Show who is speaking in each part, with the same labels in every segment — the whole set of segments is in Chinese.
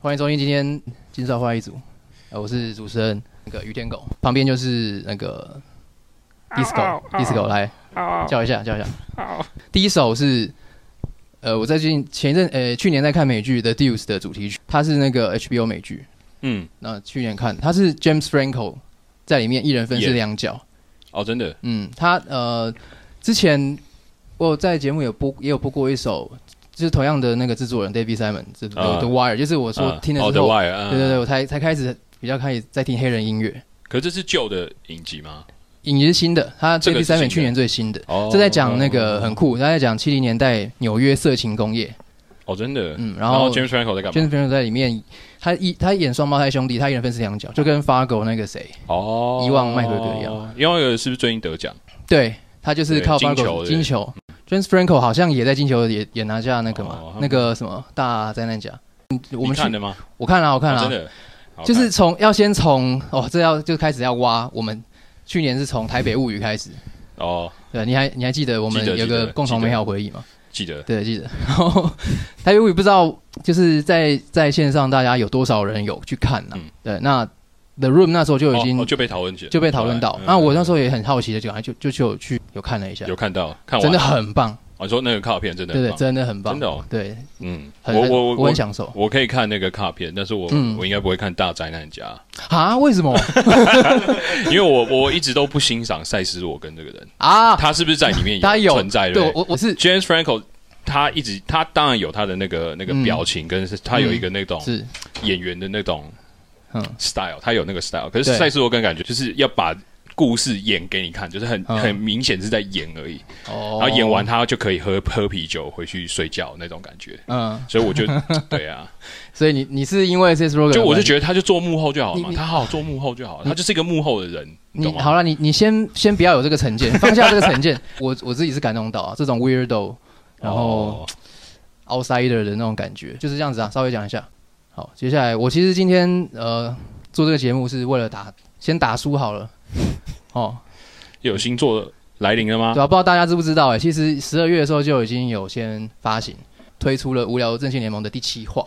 Speaker 1: 欢迎收听今天金少花一组，呃，我是主持人那个于天狗，旁边就是那个 disco disco 来叫一下叫一下。第一首是呃，我在最近前一阵呃去年在看美剧《The Deuce》的主题曲，它是那个 HBO 美剧，
Speaker 2: 嗯，
Speaker 1: 那去年看它是 James Franco 在里面一人分饰
Speaker 2: Yeah
Speaker 1: 两角。
Speaker 2: 哦，真的，
Speaker 1: 嗯，他呃，之前我有在节目有播，也有播过一首，就是同样的那个制作人 David Simon 这的、
Speaker 2: 啊
Speaker 1: The Wire，就是我说听的
Speaker 2: 哦
Speaker 1: 时
Speaker 2: ，The
Speaker 1: 候，
Speaker 2: Wire，嗯
Speaker 1: 对对对，。我才才开始比较开始在听黑人音乐，
Speaker 2: 可是这是旧的影集吗？
Speaker 1: 影集是新的，他
Speaker 2: 这
Speaker 1: David
Speaker 2: 个是新
Speaker 1: Simon
Speaker 2: 的
Speaker 1: 去年最新的。
Speaker 2: 哦
Speaker 1: 这在讲那个很
Speaker 2: 哦
Speaker 1: 酷，他在讲七零年代纽约色情工业，
Speaker 2: 哦，真的，
Speaker 1: 嗯，然
Speaker 2: 然
Speaker 1: 后
Speaker 2: 后 James Franco 在干
Speaker 1: James
Speaker 2: 嘛？
Speaker 1: Franco 在里面，他一他演双胞胎兄弟，他一人分饰两角，就跟 Fargo 那个谁，
Speaker 2: 哦，
Speaker 1: 遗忘麦奎格一
Speaker 2: 样，遗忘麦奎格是不是最近得奖？
Speaker 1: 对他就是
Speaker 2: 对
Speaker 1: 靠
Speaker 2: 金
Speaker 1: Fargo
Speaker 2: 球对
Speaker 1: 金球，James Franco 好像也在金球也也拿下那个嘛，
Speaker 2: 哦
Speaker 1: 那个什么大灾难奖。嗯我们
Speaker 2: 你
Speaker 1: 去
Speaker 2: 看的吗？
Speaker 1: 我看啊了，我看了，
Speaker 2: 哦真的，哦好看
Speaker 1: 就是从要先从哦，这要就开始要挖。我们去年是从台北物语开始，
Speaker 2: 哦，
Speaker 1: 对，你还你还记得我们
Speaker 2: 记得
Speaker 1: 有
Speaker 2: 记
Speaker 1: 个
Speaker 2: 得
Speaker 1: 共同
Speaker 2: 记得
Speaker 1: 美好回忆吗？
Speaker 2: 记得
Speaker 1: 对，记得。 然后台北物语不知道就是在在线上大家有多少人有去看呢、
Speaker 2: 嗯
Speaker 1: 对，那 The Room 那时候就已经、
Speaker 2: 哦哦就被讨论起来，
Speaker 1: 就被讨论到
Speaker 2: 后，来
Speaker 1: 那、我那时
Speaker 2: 候
Speaker 1: 候也很好奇的，就就就去有去有看了一下，
Speaker 2: 有看到，看完
Speaker 1: 真的
Speaker 2: 了，
Speaker 1: 很棒。
Speaker 2: 哦，你说那个卡片真的
Speaker 1: 对对，
Speaker 2: 很棒
Speaker 1: 真的很棒，
Speaker 2: 真的哦
Speaker 1: 对，
Speaker 2: 嗯，
Speaker 1: 很
Speaker 2: 我我
Speaker 1: 我很享受
Speaker 2: 我可以看那个卡片，但是我
Speaker 1: 嗯
Speaker 2: 我应该不会看大灾难家，
Speaker 1: 啊！为 什么
Speaker 2: 因为我我一直都不欣赏塞斯罗根这个人，
Speaker 1: 啊？
Speaker 2: 他是不是在里面
Speaker 1: 他有
Speaker 2: 存在？
Speaker 1: 对
Speaker 2: 不
Speaker 1: 我我 是
Speaker 2: James Franco 他一直他当然有他的那个那个
Speaker 1: 嗯
Speaker 2: 表情，跟是他有一个那种
Speaker 1: 是
Speaker 2: 演员的那种
Speaker 1: 嗯
Speaker 2: style，他有那个 style。可是
Speaker 1: 对
Speaker 2: 赛斯罗根感觉就是要把故事演给你看，就是很
Speaker 1: 嗯
Speaker 2: 很明显是在演而已。
Speaker 1: 哦，
Speaker 2: 然后演完他就可以喝喝啤酒回去睡觉那种感觉。
Speaker 1: 嗯，
Speaker 2: 所 以我就对啊，
Speaker 1: 所以你你是因为 CS Rogan，
Speaker 2: 就我是
Speaker 1: 得
Speaker 2: 觉得他就做幕后就好了
Speaker 1: 你
Speaker 2: 嘛，
Speaker 1: 你
Speaker 2: 他好好做幕后就好了，他就是一个幕后的人，
Speaker 1: 你
Speaker 2: 你懂
Speaker 1: 好
Speaker 2: 吗？
Speaker 1: 了，你你先先不要有这个成见，放下这个成见。 我我自己是感动到啊，这种 weirdo，然后
Speaker 2: 哦
Speaker 1: outsider 的那种感觉，就是这样子啊。稍微讲一下。好，接下来我其实今天呃做这个节目是为了打先打书好了。哦，
Speaker 2: 又有星座来临了吗
Speaker 1: 对？啊，不知道大家知不知道哎、其实十二月的时候就已经有先发行推出了《无聊阵线联盟》的第七话，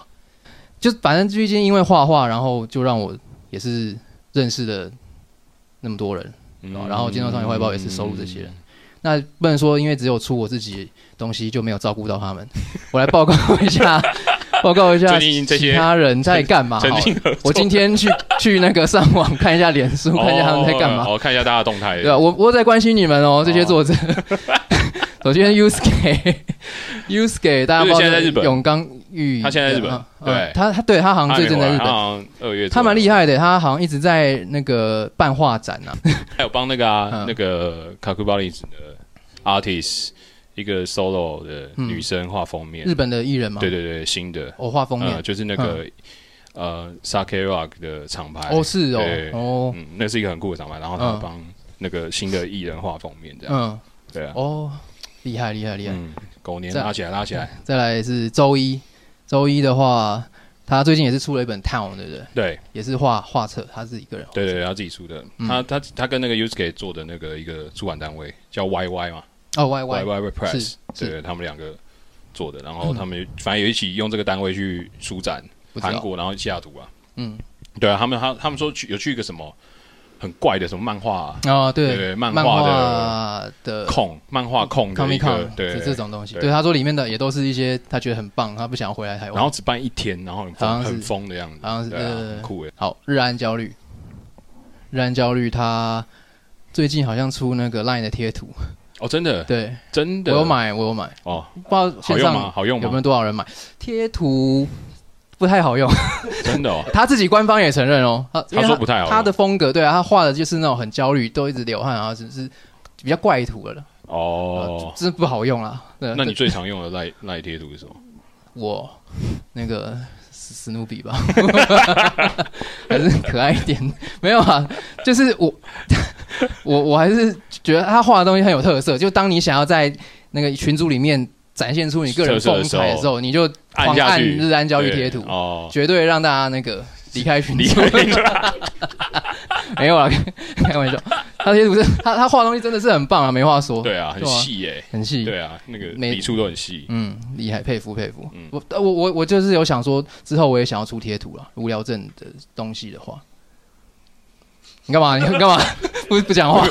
Speaker 1: 就反正最近因为画画，然后就让我也是认识了那么多人。
Speaker 2: 嗯
Speaker 1: 然后金融商业汇报也是收录这些人。那不能说因为只有出我自己东西就没有照顾到他们，我来报告一下，报告一下
Speaker 2: 最近这些
Speaker 1: 其他人在干嘛好
Speaker 2: 曾
Speaker 1: 了。
Speaker 2: 经合作
Speaker 1: 我今天去去那个上网看一下脸书，看一下他们在干嘛。
Speaker 2: 哦，哦看一下大家的动态。
Speaker 1: 对吧？啊我我在关心你们哦，这些作者。首先，Uske，Uske，大家不知道
Speaker 2: 现在在日本
Speaker 1: 永冈玉，
Speaker 2: 他现在在日本
Speaker 1: 嗯
Speaker 2: 对
Speaker 1: 嗯他他对他好像最近在日
Speaker 2: 他
Speaker 1: 本，
Speaker 2: 好像二月，
Speaker 1: 他蛮厉
Speaker 2: 害，
Speaker 1: 害的，他好像一直在那个办画展啊。
Speaker 2: 还有帮那个啊
Speaker 1: 嗯
Speaker 2: 那个卡库巴利子的 artist 一个 solo 的女生画封面
Speaker 1: 嗯日，本的艺人嘛，
Speaker 2: 对对对，新的
Speaker 1: 我画封
Speaker 2: 呃
Speaker 1: 面，嗯
Speaker 2: 就是那个呃 Sake Rock 的厂牌，
Speaker 1: 哦是
Speaker 2: 对
Speaker 1: 哦哦
Speaker 2: 嗯，那是一个很酷的厂牌，然后他
Speaker 1: 嗯
Speaker 2: 帮那个新的艺人画封面，这样
Speaker 1: 嗯
Speaker 2: 对啊，
Speaker 1: 哦，厉害厉害厉害！
Speaker 2: 嗯，狗年
Speaker 1: 这样嗯
Speaker 2: 拉起来拉起来，
Speaker 1: 再来是周一，周一的话，他最近也是出了一本 Town，对不对？
Speaker 2: 对
Speaker 1: 也是画画册，他是一个人。
Speaker 2: 对对，对他自己出的，
Speaker 1: 嗯
Speaker 2: 他他他跟那个 Usuke 做的那个一个出版单位叫 YY 嘛。
Speaker 1: 哦，Y Y，
Speaker 2: Y Y Press，
Speaker 1: 是是
Speaker 2: 对他们两个做的，然后他们反正也一起用这个单位去舒展
Speaker 1: 不知
Speaker 2: 韩
Speaker 1: 道，
Speaker 2: 国，然后西雅图啊，
Speaker 1: 嗯，
Speaker 2: 对啊，他们他他们说去有去一个什么很怪的什么漫画
Speaker 1: 哦对，
Speaker 2: 对漫
Speaker 1: 漫
Speaker 2: 画的
Speaker 1: 画的
Speaker 2: 控，漫画控的
Speaker 1: 嗯 Comic
Speaker 2: 一个
Speaker 1: Con
Speaker 2: 对
Speaker 1: 是这，种东西。
Speaker 2: 对
Speaker 1: 对，他说里面的也都是一些他觉得很棒，他不想回来台湾。
Speaker 2: 然后只办一天，然后很
Speaker 1: 好
Speaker 2: 疯
Speaker 1: 像是
Speaker 2: 很疯的样子，
Speaker 1: 好像是呃
Speaker 2: 对啊，
Speaker 1: 对对对
Speaker 2: 很酷诶，
Speaker 1: 好，日安焦虑，日安焦虑，他最近好像出那个 LINE 的贴图，
Speaker 2: 哦，真的
Speaker 1: 对
Speaker 2: 真
Speaker 1: 我
Speaker 2: 的，
Speaker 1: 有买，我有买，
Speaker 2: 哦，
Speaker 1: 不知道
Speaker 2: 好
Speaker 1: 线
Speaker 2: 用
Speaker 1: 上
Speaker 2: 吗？好用
Speaker 1: 有没有
Speaker 2: 吗？
Speaker 1: 多少人买贴图？不太好用，
Speaker 2: 真的 哦，
Speaker 1: 他自己官方也承认哦。他因为
Speaker 2: 他说不太好用
Speaker 1: 他的风格，对啊，他画的就是那种很焦虑，都一直流汗啊，只是比较怪图了，
Speaker 2: 哦，
Speaker 1: 真的不好用啦。啊对
Speaker 2: 那你最常用的赖赖贴图是什么？
Speaker 1: 我那个史史努比吧， 还是可爱一点。没有啊，就是我 我我还是觉得他画的东西很有特色。就当你想要在那个群组里面展现出你个人风采的
Speaker 2: 特色的
Speaker 1: 时
Speaker 2: 时
Speaker 1: 候，你就
Speaker 2: 按
Speaker 1: 狂
Speaker 2: 下
Speaker 1: 按
Speaker 2: 去
Speaker 1: 日安焦虑贴
Speaker 2: 对
Speaker 1: 图，
Speaker 2: 哦，
Speaker 1: 绝对让大家那个离开群
Speaker 2: 离
Speaker 1: 组
Speaker 2: 开。
Speaker 1: 没有啦，开开玩笑。他贴图是他他画东西真的是很棒啊，没话说。
Speaker 2: 对啊，很
Speaker 1: 对啊
Speaker 2: 细耶，
Speaker 1: 很细。
Speaker 2: 对啊，那个
Speaker 1: 没
Speaker 2: 笔触都很细。
Speaker 1: 嗯，厉害，佩服佩服。
Speaker 2: 嗯
Speaker 1: 我我我我就是有想说，之后我也想要出贴图了，无聊症的东西的话。你干嘛？你干嘛？ 不不讲话？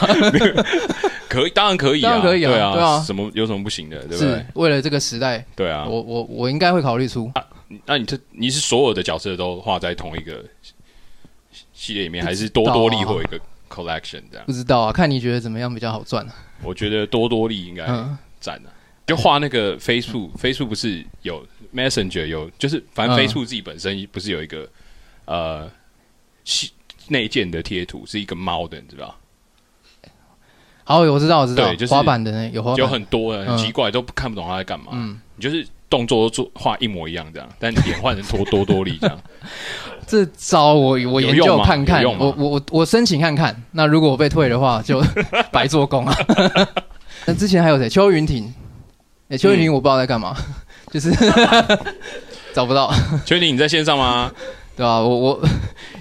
Speaker 2: 可以，当然可以啊，
Speaker 1: 当然可以啊
Speaker 2: 对啊，
Speaker 1: 对啊
Speaker 2: 什么有什么不行的，对不
Speaker 1: 是
Speaker 2: 对？
Speaker 1: 为了这个时代，
Speaker 2: 对啊，
Speaker 1: 我我我应该会考虑出。
Speaker 2: 那你这你是所有的角色都画在同一个系系列里
Speaker 1: 啊
Speaker 2: 面，还是多多利会有一个 collection 这样？
Speaker 1: 不知道啊，看你觉得怎么样比较好赚啊？
Speaker 2: 我觉得多多利应该
Speaker 1: 嗯，
Speaker 2: 占了、就画那个 Facebook，Facebook 不是有 Messenger 有，就是反
Speaker 1: 嗯
Speaker 2: 正 Facebook 自己本身不是有一个、呃系内建的贴图，是一个猫的，你知道？
Speaker 1: 好，我知道我知道
Speaker 2: 对，就是
Speaker 1: 滑板的那有滑
Speaker 2: 有
Speaker 1: 板，
Speaker 2: 很多啊人很
Speaker 1: 嗯
Speaker 2: 奇怪，都看不懂他在干嘛。
Speaker 1: 嗯
Speaker 2: 你就是动作都做画一模一样这样，但脸换成多多多利这样。
Speaker 1: 这招我我研
Speaker 2: 有用
Speaker 1: 究
Speaker 2: 吗
Speaker 1: 看看，
Speaker 2: 有用吗
Speaker 1: 我我我我申请看看。那如果我被退的话，就 白做工 啊。那之前还有谁？邱云婷，哎，邱云
Speaker 2: 嗯
Speaker 1: 婷我不知道在干嘛， 就是找不到，
Speaker 2: 确定你在线上 吗？
Speaker 1: 对吧、我我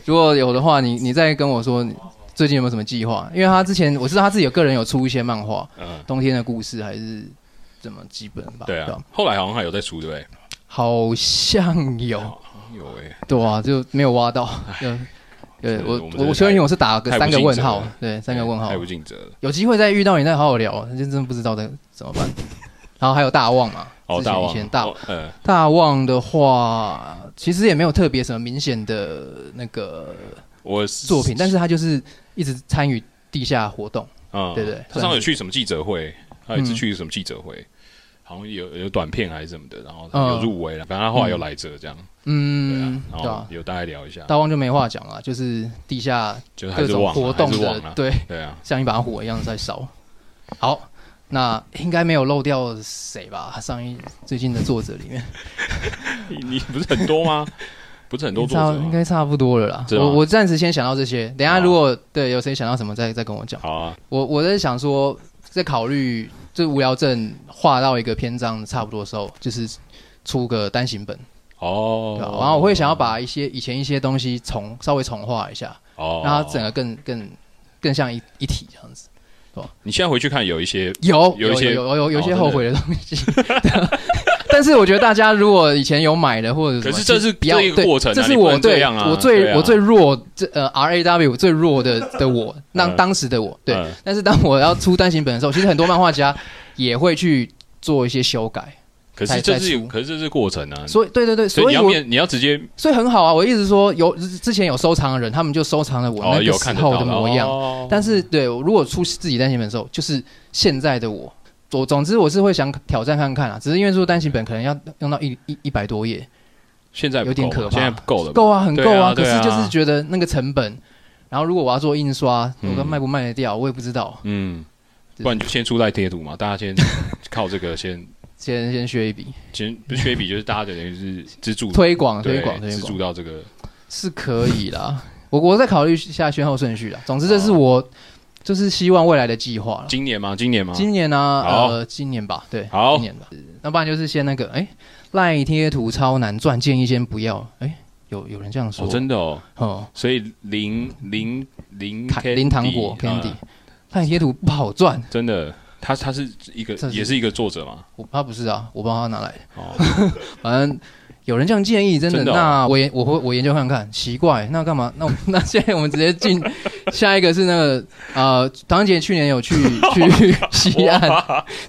Speaker 1: 如果有的话，你你再跟我说你最近有没有什么计划？因为他之前我知道他自己有个人有出一些漫画，
Speaker 2: 嗯，
Speaker 1: 冬天的故事还是怎么基本吧？
Speaker 2: 对
Speaker 1: 吧
Speaker 2: 啊，后来好像还有在出，对不对？
Speaker 1: 好像有。
Speaker 2: 有哎、
Speaker 1: 对啊，就没有挖到。对， 对
Speaker 2: 这
Speaker 1: 我
Speaker 2: 我们真的
Speaker 1: 我我邱云婷我是打个
Speaker 2: 太不
Speaker 1: 三个
Speaker 2: 尽
Speaker 1: 问
Speaker 2: 责
Speaker 1: 号
Speaker 2: 了，
Speaker 1: 对，三个问号
Speaker 2: 太。不尽责了。
Speaker 1: 有机会再遇到你再好好聊，真真不知道该怎么办。 然后还有大旺嘛，
Speaker 2: 哦，
Speaker 1: 之前
Speaker 2: 大
Speaker 1: 以
Speaker 2: 王
Speaker 1: 前，大
Speaker 2: 哦呃，
Speaker 1: 大旺的话，其实也没有特别什么明显的那个
Speaker 2: 我
Speaker 1: 作品，但是他就是一直参与地下活动。
Speaker 2: 嗯，
Speaker 1: 对对嗯
Speaker 2: 他上次有去什么记者会，他有一次去什么记者会，好像有有短片还是什么的，然后他有
Speaker 1: 嗯
Speaker 2: 入围了，反正他后来有来这这样，对啊
Speaker 1: 嗯，，
Speaker 2: 然
Speaker 1: 对
Speaker 2: 后
Speaker 1: 啊，
Speaker 2: 有大概聊一下，
Speaker 1: 大旺就没话讲了，就是地下
Speaker 2: 就是还
Speaker 1: 各
Speaker 2: 是
Speaker 1: 种
Speaker 2: 忘
Speaker 1: 活
Speaker 2: 了，还
Speaker 1: 动
Speaker 2: 是
Speaker 1: 的
Speaker 2: 忘，了，
Speaker 1: 对，
Speaker 2: 对 啊，
Speaker 1: 像一把火一样在烧。好，那应该没有漏掉谁吧？上一最近的作者里面，
Speaker 2: 你你不是很多吗？不是很多作
Speaker 1: 差
Speaker 2: 者
Speaker 1: 应
Speaker 2: 吗？
Speaker 1: 该差不多了啦。
Speaker 2: 是吗哦
Speaker 1: 我我暂时先想到这些，等一下
Speaker 2: 好
Speaker 1: 如果、对有谁想到什么再再跟我讲。
Speaker 2: 好啊，
Speaker 1: 我我在想说，在考虑这无聊症画到一个篇章差不多的时候，就是出个单行本，
Speaker 2: 哦
Speaker 1: 对，吧？然后我会想要把一些以前一些东西重稍微重画一下，
Speaker 2: 哦，
Speaker 1: 让它整个更更更像一一体这样子。
Speaker 2: 你现在回去看有一些
Speaker 1: 有
Speaker 2: 有一些
Speaker 1: 有有有有一些
Speaker 2: 哦真的
Speaker 1: 后悔的东西， 但是我觉得大家如果以前有买的或者什么
Speaker 2: 可是这是
Speaker 1: 其实不要
Speaker 2: 这一个
Speaker 1: 对
Speaker 2: 过程啊
Speaker 1: 这是
Speaker 2: 你不
Speaker 1: 我
Speaker 2: 能这
Speaker 1: 对
Speaker 2: 样啊
Speaker 1: 我
Speaker 2: 对
Speaker 1: 最
Speaker 2: 啊
Speaker 1: 我最弱这呃 R A W 最弱的的我，当
Speaker 2: 嗯
Speaker 1: 当时的我对
Speaker 2: 嗯，
Speaker 1: 但是当我要出单行本的时候，其实很多漫画家也会去做一些修改，
Speaker 2: 可
Speaker 1: 才
Speaker 2: 是这
Speaker 1: 才
Speaker 2: 是有
Speaker 1: 出
Speaker 2: 可是这是过程啊，
Speaker 1: 所以对对对，
Speaker 2: 嗯所
Speaker 1: 所
Speaker 2: 以你
Speaker 1: 以
Speaker 2: 要
Speaker 1: 我
Speaker 2: 面你要直接
Speaker 1: 所以很好啊，我一直说有之前有收藏的人，他们就收藏了我
Speaker 2: 哦
Speaker 1: 那个
Speaker 2: 有
Speaker 1: 时
Speaker 2: 看得
Speaker 1: 候
Speaker 2: 到
Speaker 1: 的模样，
Speaker 2: 哦
Speaker 1: 但是对，我如果出自己单行本的时候，就是现在的我。我总之我是会想挑战看看啊，只是因为做单行本可能要用到一一一百多页，
Speaker 2: 现在不
Speaker 1: 有点
Speaker 2: 够了
Speaker 1: 可怕
Speaker 2: 现在不够了吧，
Speaker 1: 够啊，很够
Speaker 2: 对啊
Speaker 1: 可
Speaker 2: 对
Speaker 1: 是
Speaker 2: 啊
Speaker 1: 就是觉得那个成本，然后如果我要做印刷，
Speaker 2: 嗯
Speaker 1: 我都卖不卖得掉，我也不知道。
Speaker 2: 嗯，
Speaker 1: 对
Speaker 2: 不然你就先出在贴图嘛，大家先 靠这个先
Speaker 1: 先先学一笔，
Speaker 2: 先不是缺笔，就是大家等于 是资助
Speaker 1: 推广
Speaker 2: 嗯对
Speaker 1: 推广推
Speaker 2: 资
Speaker 1: 广
Speaker 2: 助到这个
Speaker 1: 是可以啦。我我再考虑一下先后顺序啦。总之这是
Speaker 2: 哦
Speaker 1: 我就是希望未来的计划了。
Speaker 2: 今年吗？今年吗？
Speaker 1: 今年呢、
Speaker 2: 好
Speaker 1: 呃，今年吧，对，
Speaker 2: 好
Speaker 1: 今年吧。那不然就是先那个，哎、赖贴图超难赚，建议先不要。哎、有有人这样说，
Speaker 2: 哦，真的哦，
Speaker 1: 哦，
Speaker 2: 所以零零零啊
Speaker 1: 砍零糖果 Candy，赖贴图不好赚，
Speaker 2: 真的，他他是一个
Speaker 1: 这是
Speaker 2: 也是一个作者嘛，
Speaker 1: 我他不是啊，我不知道他哪来的，
Speaker 2: 哦，
Speaker 1: 反正。有人这样建议，真的，
Speaker 2: 真的哦
Speaker 1: 那我研我会我研究看看，奇怪，那干嘛？那我 那现在我们直接 进下一个是那个呃，唐姐去年有 去去西岸，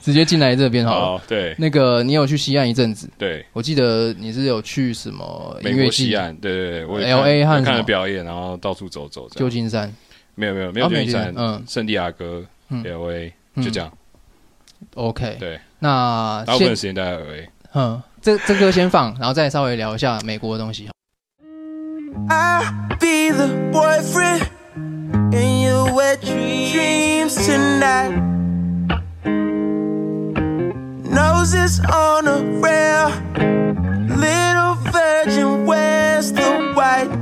Speaker 1: 直接进来这 边好了。
Speaker 2: 好，对
Speaker 1: 那个你有去西岸一阵子，
Speaker 2: 对，
Speaker 1: 我记得你是有去什么音
Speaker 2: 美
Speaker 1: 乐
Speaker 2: 国
Speaker 1: 季
Speaker 2: 西？岸，对对对，我也
Speaker 1: LA 和
Speaker 2: 看
Speaker 1: 什
Speaker 2: 看
Speaker 1: 么
Speaker 2: 了表演，然后到处走走，这
Speaker 1: 旧
Speaker 2: 样
Speaker 1: 金山
Speaker 2: 没有没有没有旧金山
Speaker 1: 没有旧金山，嗯
Speaker 2: 圣地亚哥
Speaker 1: 嗯
Speaker 2: ，L A
Speaker 1: 嗯
Speaker 2: 就这样，
Speaker 1: ，OK。
Speaker 2: 对，
Speaker 1: 那
Speaker 2: 大部分
Speaker 1: 先
Speaker 2: 的时间待在 L A。
Speaker 1: 嗯，这这歌先放，然后再稍微聊一下美国的东西。
Speaker 3: I'll be the boyfriend in your wet dreams tonight. Noses on a rail, little virgin wears the white.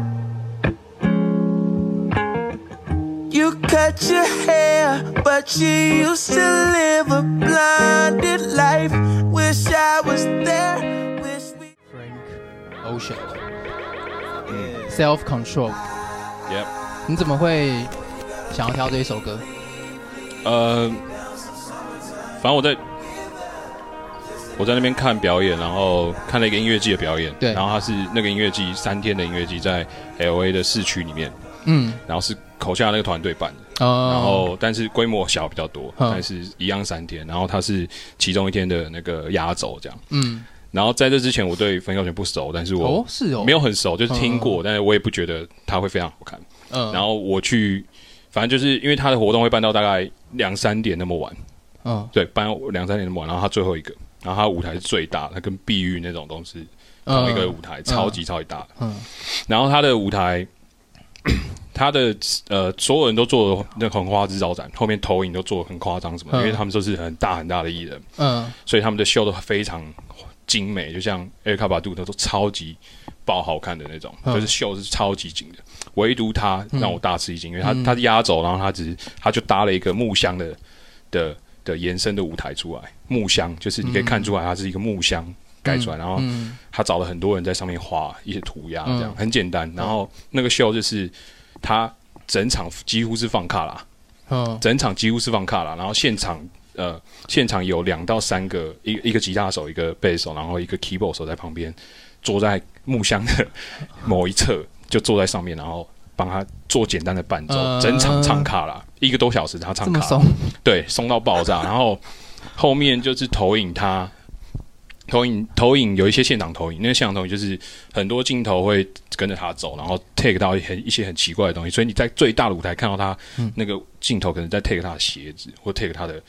Speaker 3: You cut your hair, but you used to live a blinded life. Wish I was there. Wish we.
Speaker 1: Frank Ocean Self Control，
Speaker 2: Yep，
Speaker 1: 你怎么会想要挑这一首歌？
Speaker 2: 呃，反正我在我在那边看表演，然后看了一个音乐季的表演，
Speaker 1: 对
Speaker 2: 然后它是那个音乐季三天的音乐季，在 L A 的市区里面，
Speaker 1: 嗯，
Speaker 2: 然后是口下那个团队办的，
Speaker 1: 哦，
Speaker 2: 然后但是规模小比较多，
Speaker 1: 嗯
Speaker 2: 但是一样三天，然后它是其中一天的那个压轴这样，
Speaker 1: 嗯，
Speaker 2: 然后在这之前我对冯小泉不熟，但是我
Speaker 1: 哦，是哦，
Speaker 2: 没
Speaker 1: 有，
Speaker 2: 有很熟，就是听过，但是我也不觉得它会非常好看。
Speaker 1: 嗯，
Speaker 2: 然后我去，反正就是因为他的活动会办到大概两三点那么晚，
Speaker 1: 嗯
Speaker 2: 对，办到两三点那么晚。然后他最后一个，然后他舞台是最大，他跟碧玉那种东西同一个舞台，超级超级大。
Speaker 1: 嗯
Speaker 2: 然后他的舞台， 他的呃所有人都做的那很花枝招展，后面投影都做的很夸张什么的，
Speaker 1: 嗯
Speaker 2: 因为他们都是很大很大的艺人，
Speaker 1: 嗯
Speaker 2: 所以他们的秀都非常精美，就像艾卡巴杜都都超级爆好看的那种，
Speaker 1: 嗯
Speaker 2: 就是秀是超级紧的。唯独他让我大吃一惊，因为他
Speaker 1: 嗯
Speaker 2: 他是压轴，然后他只是他就搭了一个木箱的的的延伸的舞台出来，木箱就是你可以看出来它是一个木箱盖出来，然后
Speaker 1: 嗯
Speaker 2: 他找了很多人在上面画一些涂鸦，这样
Speaker 1: 嗯
Speaker 2: 很简单。然后那个秀就是他整场几乎是放卡拉，
Speaker 1: 嗯
Speaker 2: 整场几乎是放卡拉，然后现场呃，现场有两到三个，一一个吉他手，一个贝斯手，然后一个 keyboard 手在旁边，坐在木箱的某一侧，就坐在上面，然后帮他做简单的伴奏，
Speaker 1: 呃
Speaker 2: 整场唱卡拉，一个多小时他
Speaker 1: 这
Speaker 2: 唱
Speaker 1: 么
Speaker 2: 卡
Speaker 1: 松
Speaker 2: 拉，，对，松到爆炸，然后后面就是投影他。投影投影有一些现场投影，那个现场投影就是很多镜头会跟着他走，然后 take 到很一些很奇怪的东西，所以你在最大的舞台看到他那个镜头，可能在 take 他的鞋子或 take 他的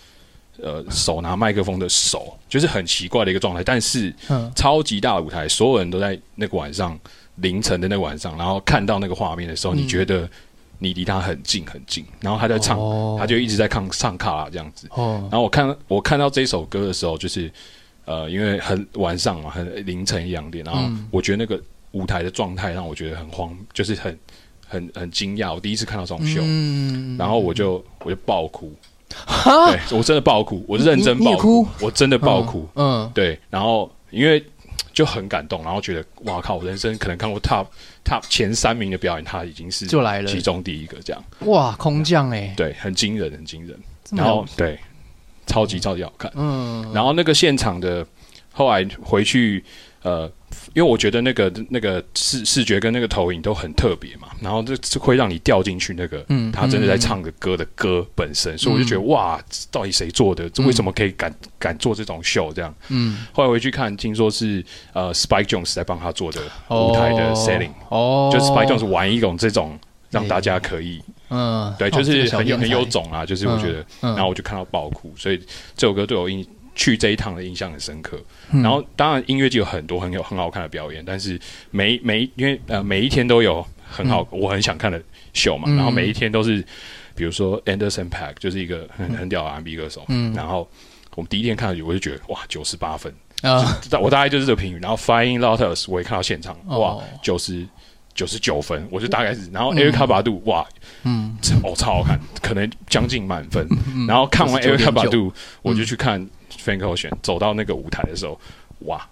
Speaker 2: 呃手拿麦克风的手，就是很奇怪的一个状态。但是
Speaker 1: 嗯
Speaker 2: 超级大的舞台，所有人都在那个晚上凌晨的那个晚上，然后看到那个画面的时候，你觉得你离他很近很近，然后他在唱，
Speaker 1: 哦
Speaker 2: 他就一直在唱唱卡拉这样子。
Speaker 1: 哦，
Speaker 2: 然后我看我看到这首歌的时候，就是呃，因为很晚上嘛，很凌晨一两点，然后
Speaker 1: 嗯
Speaker 2: 我觉得那个舞台的状态让我觉得很慌，就是很很很惊讶，我第一次看到这种秀，
Speaker 1: 嗯，
Speaker 2: 然后我就我就爆哭，
Speaker 1: 哈，
Speaker 2: 对我真的爆哭，我认真
Speaker 1: 啊你你
Speaker 2: 爆
Speaker 1: 也
Speaker 2: 哭，
Speaker 1: 哭
Speaker 2: 我真的爆哭，
Speaker 1: 嗯，
Speaker 2: 对，然后因为就很感动，然后觉得哇靠，我人生可能看过 top top 前三名的表演，他已经是
Speaker 1: 就来了
Speaker 2: 其中第一个这样，
Speaker 1: 嗯哇，空降哎，
Speaker 2: 对，很惊人，很惊人，
Speaker 1: 这么
Speaker 2: 然后
Speaker 1: 了，
Speaker 2: 对，超级超级好看。
Speaker 1: 嗯，
Speaker 2: 然后那个现场的，后来回去，呃，因为我觉得那个那个视视觉跟那个投影都很特别嘛，然后这这会让你掉进去那个，
Speaker 1: 嗯
Speaker 2: 他真的在唱的歌的歌本身，所以我就觉得哇，这到底谁做的？这为什么可以敢敢做这种秀这样？
Speaker 1: 嗯，
Speaker 2: 后来回去看，听说是呃，Spike Jones 在帮他做的舞台的 setting，、
Speaker 1: 哦，
Speaker 2: 就 Spike Jones 玩一种这种让大家可以
Speaker 1: 嗯，
Speaker 2: 对，
Speaker 1: 哦
Speaker 2: 就是很有、
Speaker 1: 这个小天才
Speaker 2: 很有种啊，就是我觉得，
Speaker 1: 嗯嗯
Speaker 2: 然后我就看到爆哭，所以这首歌对我印去这一趟的印象很深刻。
Speaker 1: 嗯
Speaker 2: 然后当然音乐季有很多很有很好看的表演，但是每每因为呃每一天都有很好、
Speaker 1: 嗯
Speaker 2: 我很想看的秀嘛，然后每一天都是比如说 Anderson Pack 就是一个
Speaker 1: 嗯
Speaker 2: 很很屌的 R&B 歌手，然后我们第一天看到我就觉得哇九十八分，
Speaker 1: 啊，
Speaker 2: 大我大概就是这个评语。然后 Flying Lotus 我也看到现场，
Speaker 1: 哦
Speaker 2: 哇，九十九十九分，我就大概是。然后 Eric 巴杜，哇，嗯，哦，超好看，可能将近满分。
Speaker 1: 嗯
Speaker 2: 然后看完 Eric 巴杜，我就去看 Frank Ocean，走到那个舞台的时候，哇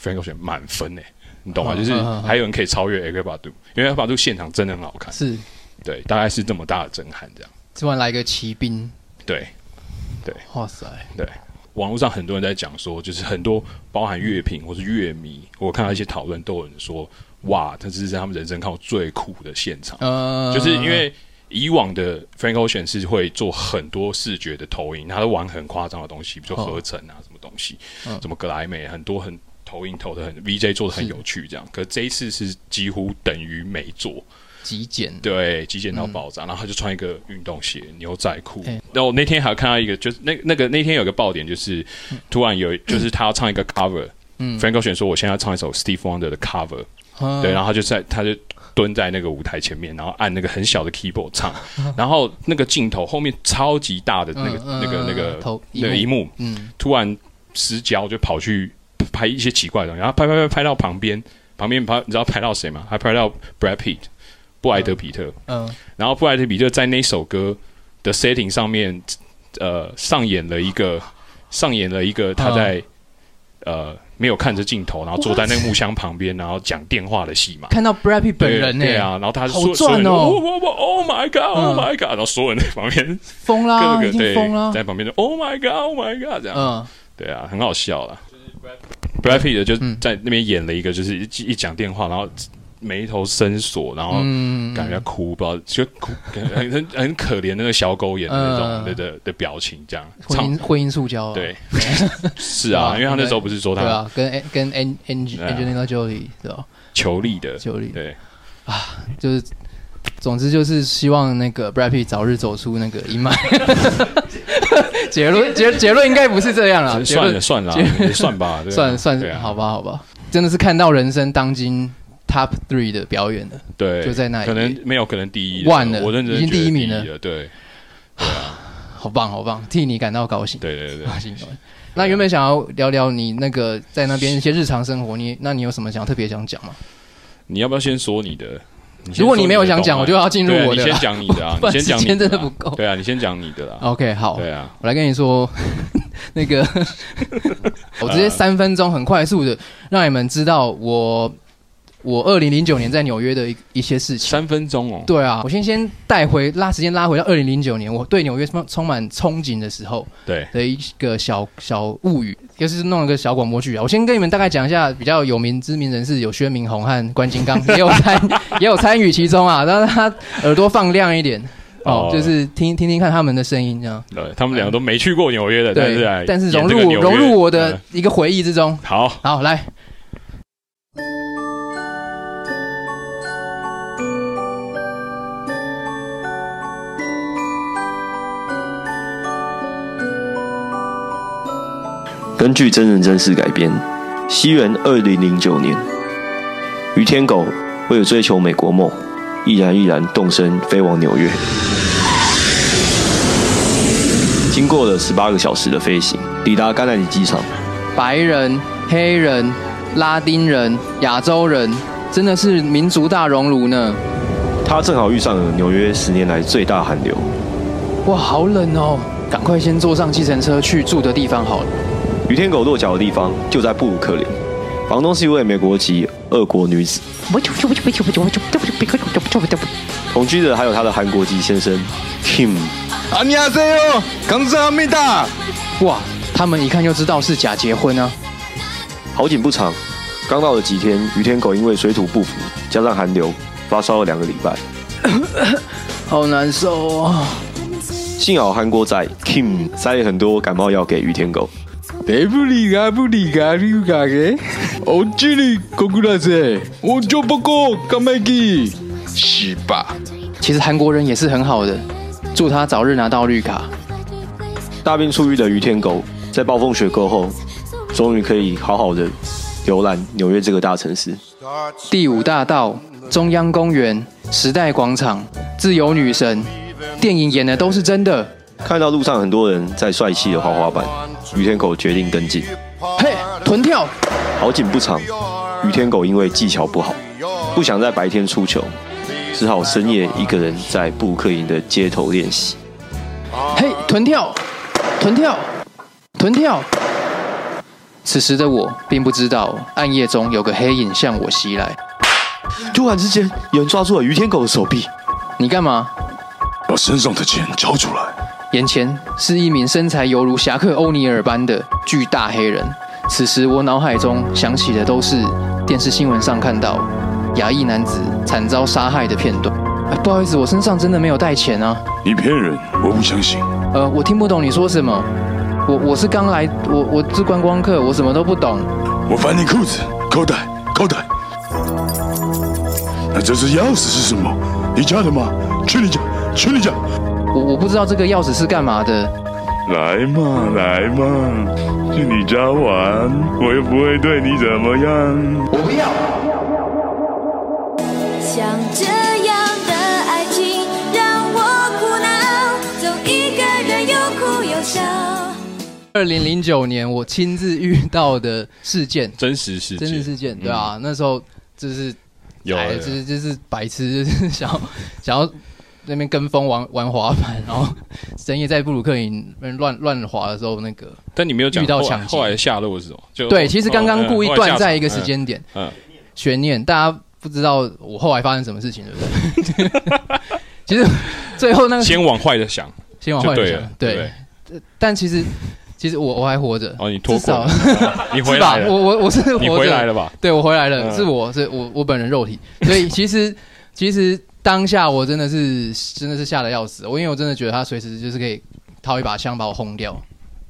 Speaker 2: ，Frank Ocean 满分呢，你懂吗？
Speaker 1: 嗯
Speaker 2: 就是
Speaker 1: 嗯嗯
Speaker 2: 还有人可以超越 Eric 巴杜，因为 Eric 巴杜现场真的很好看，
Speaker 1: 是，
Speaker 2: 对，大概是这么大的震撼，这样，
Speaker 1: 突然来一个骑兵，
Speaker 2: 对。
Speaker 1: 哇塞，
Speaker 2: 对，网络上很多人在讲说，就是很多包含乐评或是乐迷，我看到一些讨论都有人说，哇，这是他们人生看过最酷的现场，
Speaker 1: 呃，
Speaker 2: 就是因为。以往的 Frank Ocean 是会做很多视觉的投影，他都玩很夸张的东西，比如说合成啊，什么东西，
Speaker 1: 嗯
Speaker 2: 什么格莱美，很多很投影投的很 VJ 做的很有趣，这样。可这一次是几乎等于没做，
Speaker 1: 极简，
Speaker 2: 对，极简到爆
Speaker 1: 嗯
Speaker 2: 炸，然后他就穿一个运动鞋、牛仔裤
Speaker 1: 哎。
Speaker 2: 然后我那天还看到一个，就是那那个那天有个爆点，就是突然有，就是他要唱一个 cover。
Speaker 1: 嗯
Speaker 2: Frank Ocean 说：“我现在要唱一首 Steve Wonder 的 cover。”
Speaker 1: 嗯
Speaker 2: 对，然后他就在他就蹲在那个舞台前面，然后按那个很小的 keyboard 唱，然后那个镜头后面超级大的那个
Speaker 1: 嗯嗯
Speaker 2: 那个那
Speaker 1: 嗯
Speaker 2: 个
Speaker 1: 头
Speaker 2: 那个
Speaker 1: 荧
Speaker 2: 荧幕，
Speaker 1: 嗯
Speaker 2: 突然失焦就跑去拍一些奇怪的东西，然后拍拍拍拍到旁边，旁边拍你知道拍到谁吗？还拍到 Brad Pitt 布莱德皮特。
Speaker 1: 嗯
Speaker 2: 然后布莱德比特在那首歌的 setting 上面，
Speaker 1: 嗯
Speaker 2: 呃，上演了一个上演了一个他在、呃没有看着镜头，然后坐在那个木箱旁边，然后讲电话的戏嘛。
Speaker 1: 看到 Brad Pitt 本人欸呢、
Speaker 2: 对对啊，然后
Speaker 1: 好
Speaker 2: 他说
Speaker 1: 赚哦
Speaker 2: 哦，Oh my God，Oh my God，然后所有人在旁边
Speaker 1: 疯啦，
Speaker 2: 各
Speaker 1: 啊已
Speaker 2: 个
Speaker 1: 经
Speaker 2: 对
Speaker 1: 疯啦，
Speaker 2: 在旁边就 Oh my God，Oh my God 这样，
Speaker 1: 嗯，
Speaker 2: 对啊，很好笑啦。b r a d Pitt 就
Speaker 1: 嗯
Speaker 2: 在那边演了一个，就是一一讲电话，然后眉头深锁，然后
Speaker 1: 嗯
Speaker 2: 感觉在哭，不知道就哭，感觉很很很可怜那个小狗眼的那
Speaker 1: 嗯
Speaker 2: 种的的的表情，这样
Speaker 1: 婚姻婚姻塑胶啊，
Speaker 2: 对，是 啊，
Speaker 1: 对啊
Speaker 2: 因为他那时候不是说
Speaker 1: 对
Speaker 2: 他
Speaker 1: 啊，跟 An- 跟 An- Ang-
Speaker 2: 对啊
Speaker 1: Angelina Jolie 对吧？
Speaker 2: 求力的，
Speaker 1: Jolie
Speaker 2: 对，
Speaker 1: 就是，总之就是希望那个 Brad Pitt 早日走出那个阴霾。 结论结结论应该不是这样啦，啊结
Speaker 2: 算
Speaker 1: 论
Speaker 2: 了算了
Speaker 1: 结，论
Speaker 2: 也算 吧，对啊
Speaker 1: 算算
Speaker 2: 对啊
Speaker 1: 好吧好吧，真的是看到人生当今 top three 的表演了。
Speaker 2: 对，
Speaker 1: 就在那里
Speaker 2: 可能没有可能第一的
Speaker 1: 万了
Speaker 2: 我认真
Speaker 1: 已经
Speaker 2: 觉得
Speaker 1: 第一名
Speaker 2: 了，对
Speaker 1: 好棒好棒，替你感到高兴。
Speaker 2: 对对对
Speaker 1: 高兴高兴。啊那原本想要聊聊你那个在那边一些日常生活，你那你有什么想特别想讲吗？
Speaker 2: 你要不要先说你的？先
Speaker 1: 如果你
Speaker 2: 说
Speaker 1: 没有
Speaker 2: 的
Speaker 1: 想
Speaker 2: 动
Speaker 1: 讲
Speaker 2: 漫
Speaker 1: 我就要进入
Speaker 2: 对啊
Speaker 1: 我的
Speaker 2: 你
Speaker 1: 啦，
Speaker 2: 先讲你的啊
Speaker 1: 不
Speaker 2: 你
Speaker 1: 然
Speaker 2: 先讲你
Speaker 1: 时间真的
Speaker 2: 啦
Speaker 1: 不够哦
Speaker 2: 对啊，你先讲你的啦。
Speaker 1: ？OK，好，
Speaker 2: 对啊，
Speaker 1: 我来跟你说， 那 个我
Speaker 2: 呃
Speaker 1: 直接三分钟很快速的让你们知道我我二零零九年在纽约的一一些事情。
Speaker 2: 三分钟哦。
Speaker 1: 对啊，我先先带回拉时间拉回到二零零九年，我对纽约充充满憧憬的时候
Speaker 2: 对，
Speaker 1: 的一个小小物语，就是弄了个小广播剧啊。我先跟你们大概讲一下比较有名知名人士，有薛明宏和关金刚也有参 也有参与其中啊，让他耳朵放亮一点哦
Speaker 2: 哦，
Speaker 1: 就是听听听看他们的声音这样。
Speaker 2: 对他们两个都没去过纽约的，但是来
Speaker 1: 但是
Speaker 2: 演
Speaker 1: 融
Speaker 2: 这个
Speaker 1: 入
Speaker 2: 纽约
Speaker 1: 融入我的
Speaker 2: 嗯
Speaker 1: 一个回忆之中。
Speaker 2: 好，
Speaker 1: 好，来，
Speaker 4: 根据真人真事改编。西元二零零九年，于天狗为了追求美国梦，毅然毅然动身飞往纽约。经过了十八个小时的飞行，抵达甘乃迪机场，
Speaker 1: 白人、黑人、拉丁人、亚洲人，真的是民族大熔炉呢。
Speaker 4: 他正好遇上了纽约十年来最大寒流。
Speaker 1: 哇，好冷哦，赶快先坐上计程车去住的地方好了。
Speaker 4: 于天狗落脚的地方就在布鲁克林，房东是一位美国籍俄国女子，同居的还有她的韩国籍先生 Kim。
Speaker 5: 안녕하세요감사합니다
Speaker 1: 哇，他们一看就知道是假结婚啊。
Speaker 4: 好景不长，刚到了几天，于天狗因为水土不服，加上寒流，发烧了两个礼拜。
Speaker 1: 好难受哦。
Speaker 4: 幸好韩国仔 Kim 塞了很多感冒药给于天狗，
Speaker 5: 내부리가부리가리가게어찌리고구라세어쩌보고까마기시바
Speaker 1: 其实韩国人也是很好的，祝他早日拿到绿卡。
Speaker 4: 大病初愈的于天狗，在暴风雪过后，终于可以好好的游览纽约这个大城市。
Speaker 1: 第五大道、中央公园、时代广场、自由女神，电影演的都是真的。
Speaker 4: 看到路上很多人在帅气的滑滑板，于天狗决定跟进。
Speaker 1: 嘿，臀跳。
Speaker 4: 好景不长，于天狗因为技巧不好，不想在白天出球，只好深夜一个人在布鲁克林的街头练习。
Speaker 1: 嘿，臀跳，臀跳，臀跳。此时的我并不知道，暗夜中有个黑影向我袭来。
Speaker 4: 突然之间，有人抓住了于天狗的手臂，
Speaker 1: 你干嘛？
Speaker 5: 把身上的钱交出来。
Speaker 1: 眼前是一名身材犹如侠客欧尼尔般的巨大黑人。此时我脑海中想起的都是电视新闻上看到亚裔男子惨遭杀害的片段。哎，不好意思，我身上真的没有带钱啊。
Speaker 5: 你骗人，我不相信。
Speaker 1: 呃，我听不懂你说什么。我我是刚来，我我是观光客，我什么都不懂。
Speaker 5: 我翻你裤子、口袋、口袋。那这只钥匙是什么？你家的吗？去你家，去你家。
Speaker 1: 我我不知道这个钥匙是干嘛的。
Speaker 6: 来嘛，来嘛，去你家玩，我又不会对你怎么样。
Speaker 7: 像这样的爱情让我苦恼，总一个人又哭又笑。
Speaker 1: 二零零九年我亲自遇到的事件，
Speaker 2: 真实事件，嗯
Speaker 1: 真实事件，对啊，那时候就是
Speaker 2: 有
Speaker 1: 哎
Speaker 2: 有
Speaker 1: 就是就是白痴，就是想要想要那边跟风玩玩滑板，然后深夜在布鲁克林那边乱乱滑的时候，那个
Speaker 2: 但你没有讲
Speaker 1: 遇到
Speaker 2: 后来
Speaker 1: 抢劫
Speaker 2: 后来的下落是什么？就
Speaker 1: 对，其实刚
Speaker 2: 嗯
Speaker 1: 刚故意断在一个时，
Speaker 2: 哦
Speaker 1: 间点，
Speaker 2: 嗯嗯
Speaker 1: 悬念，大家不知道我后来发生什么事情，对不对？ 其实最后那
Speaker 2: 嗯
Speaker 1: 个
Speaker 2: 先往坏的想
Speaker 1: 先往
Speaker 2: 就
Speaker 1: 坏
Speaker 2: 对
Speaker 1: 了
Speaker 2: 了
Speaker 1: 想，，对，
Speaker 2: 对，
Speaker 1: 但其实其实我我还活着，
Speaker 2: 哦，你
Speaker 1: 至
Speaker 2: 脱过
Speaker 1: 少
Speaker 2: 了， 你回
Speaker 1: 是吧
Speaker 2: 来？
Speaker 1: 我
Speaker 2: 了，
Speaker 1: 我我是
Speaker 2: 你
Speaker 1: 活
Speaker 2: 回来
Speaker 1: 着，
Speaker 2: 了吧？
Speaker 1: 对我回来了，
Speaker 2: 嗯
Speaker 1: 是我是我我本人肉体，所以其实其实当下我真的是真的是吓得要死，我因为我真的觉得他随时就是可以掏一把枪把我轰掉，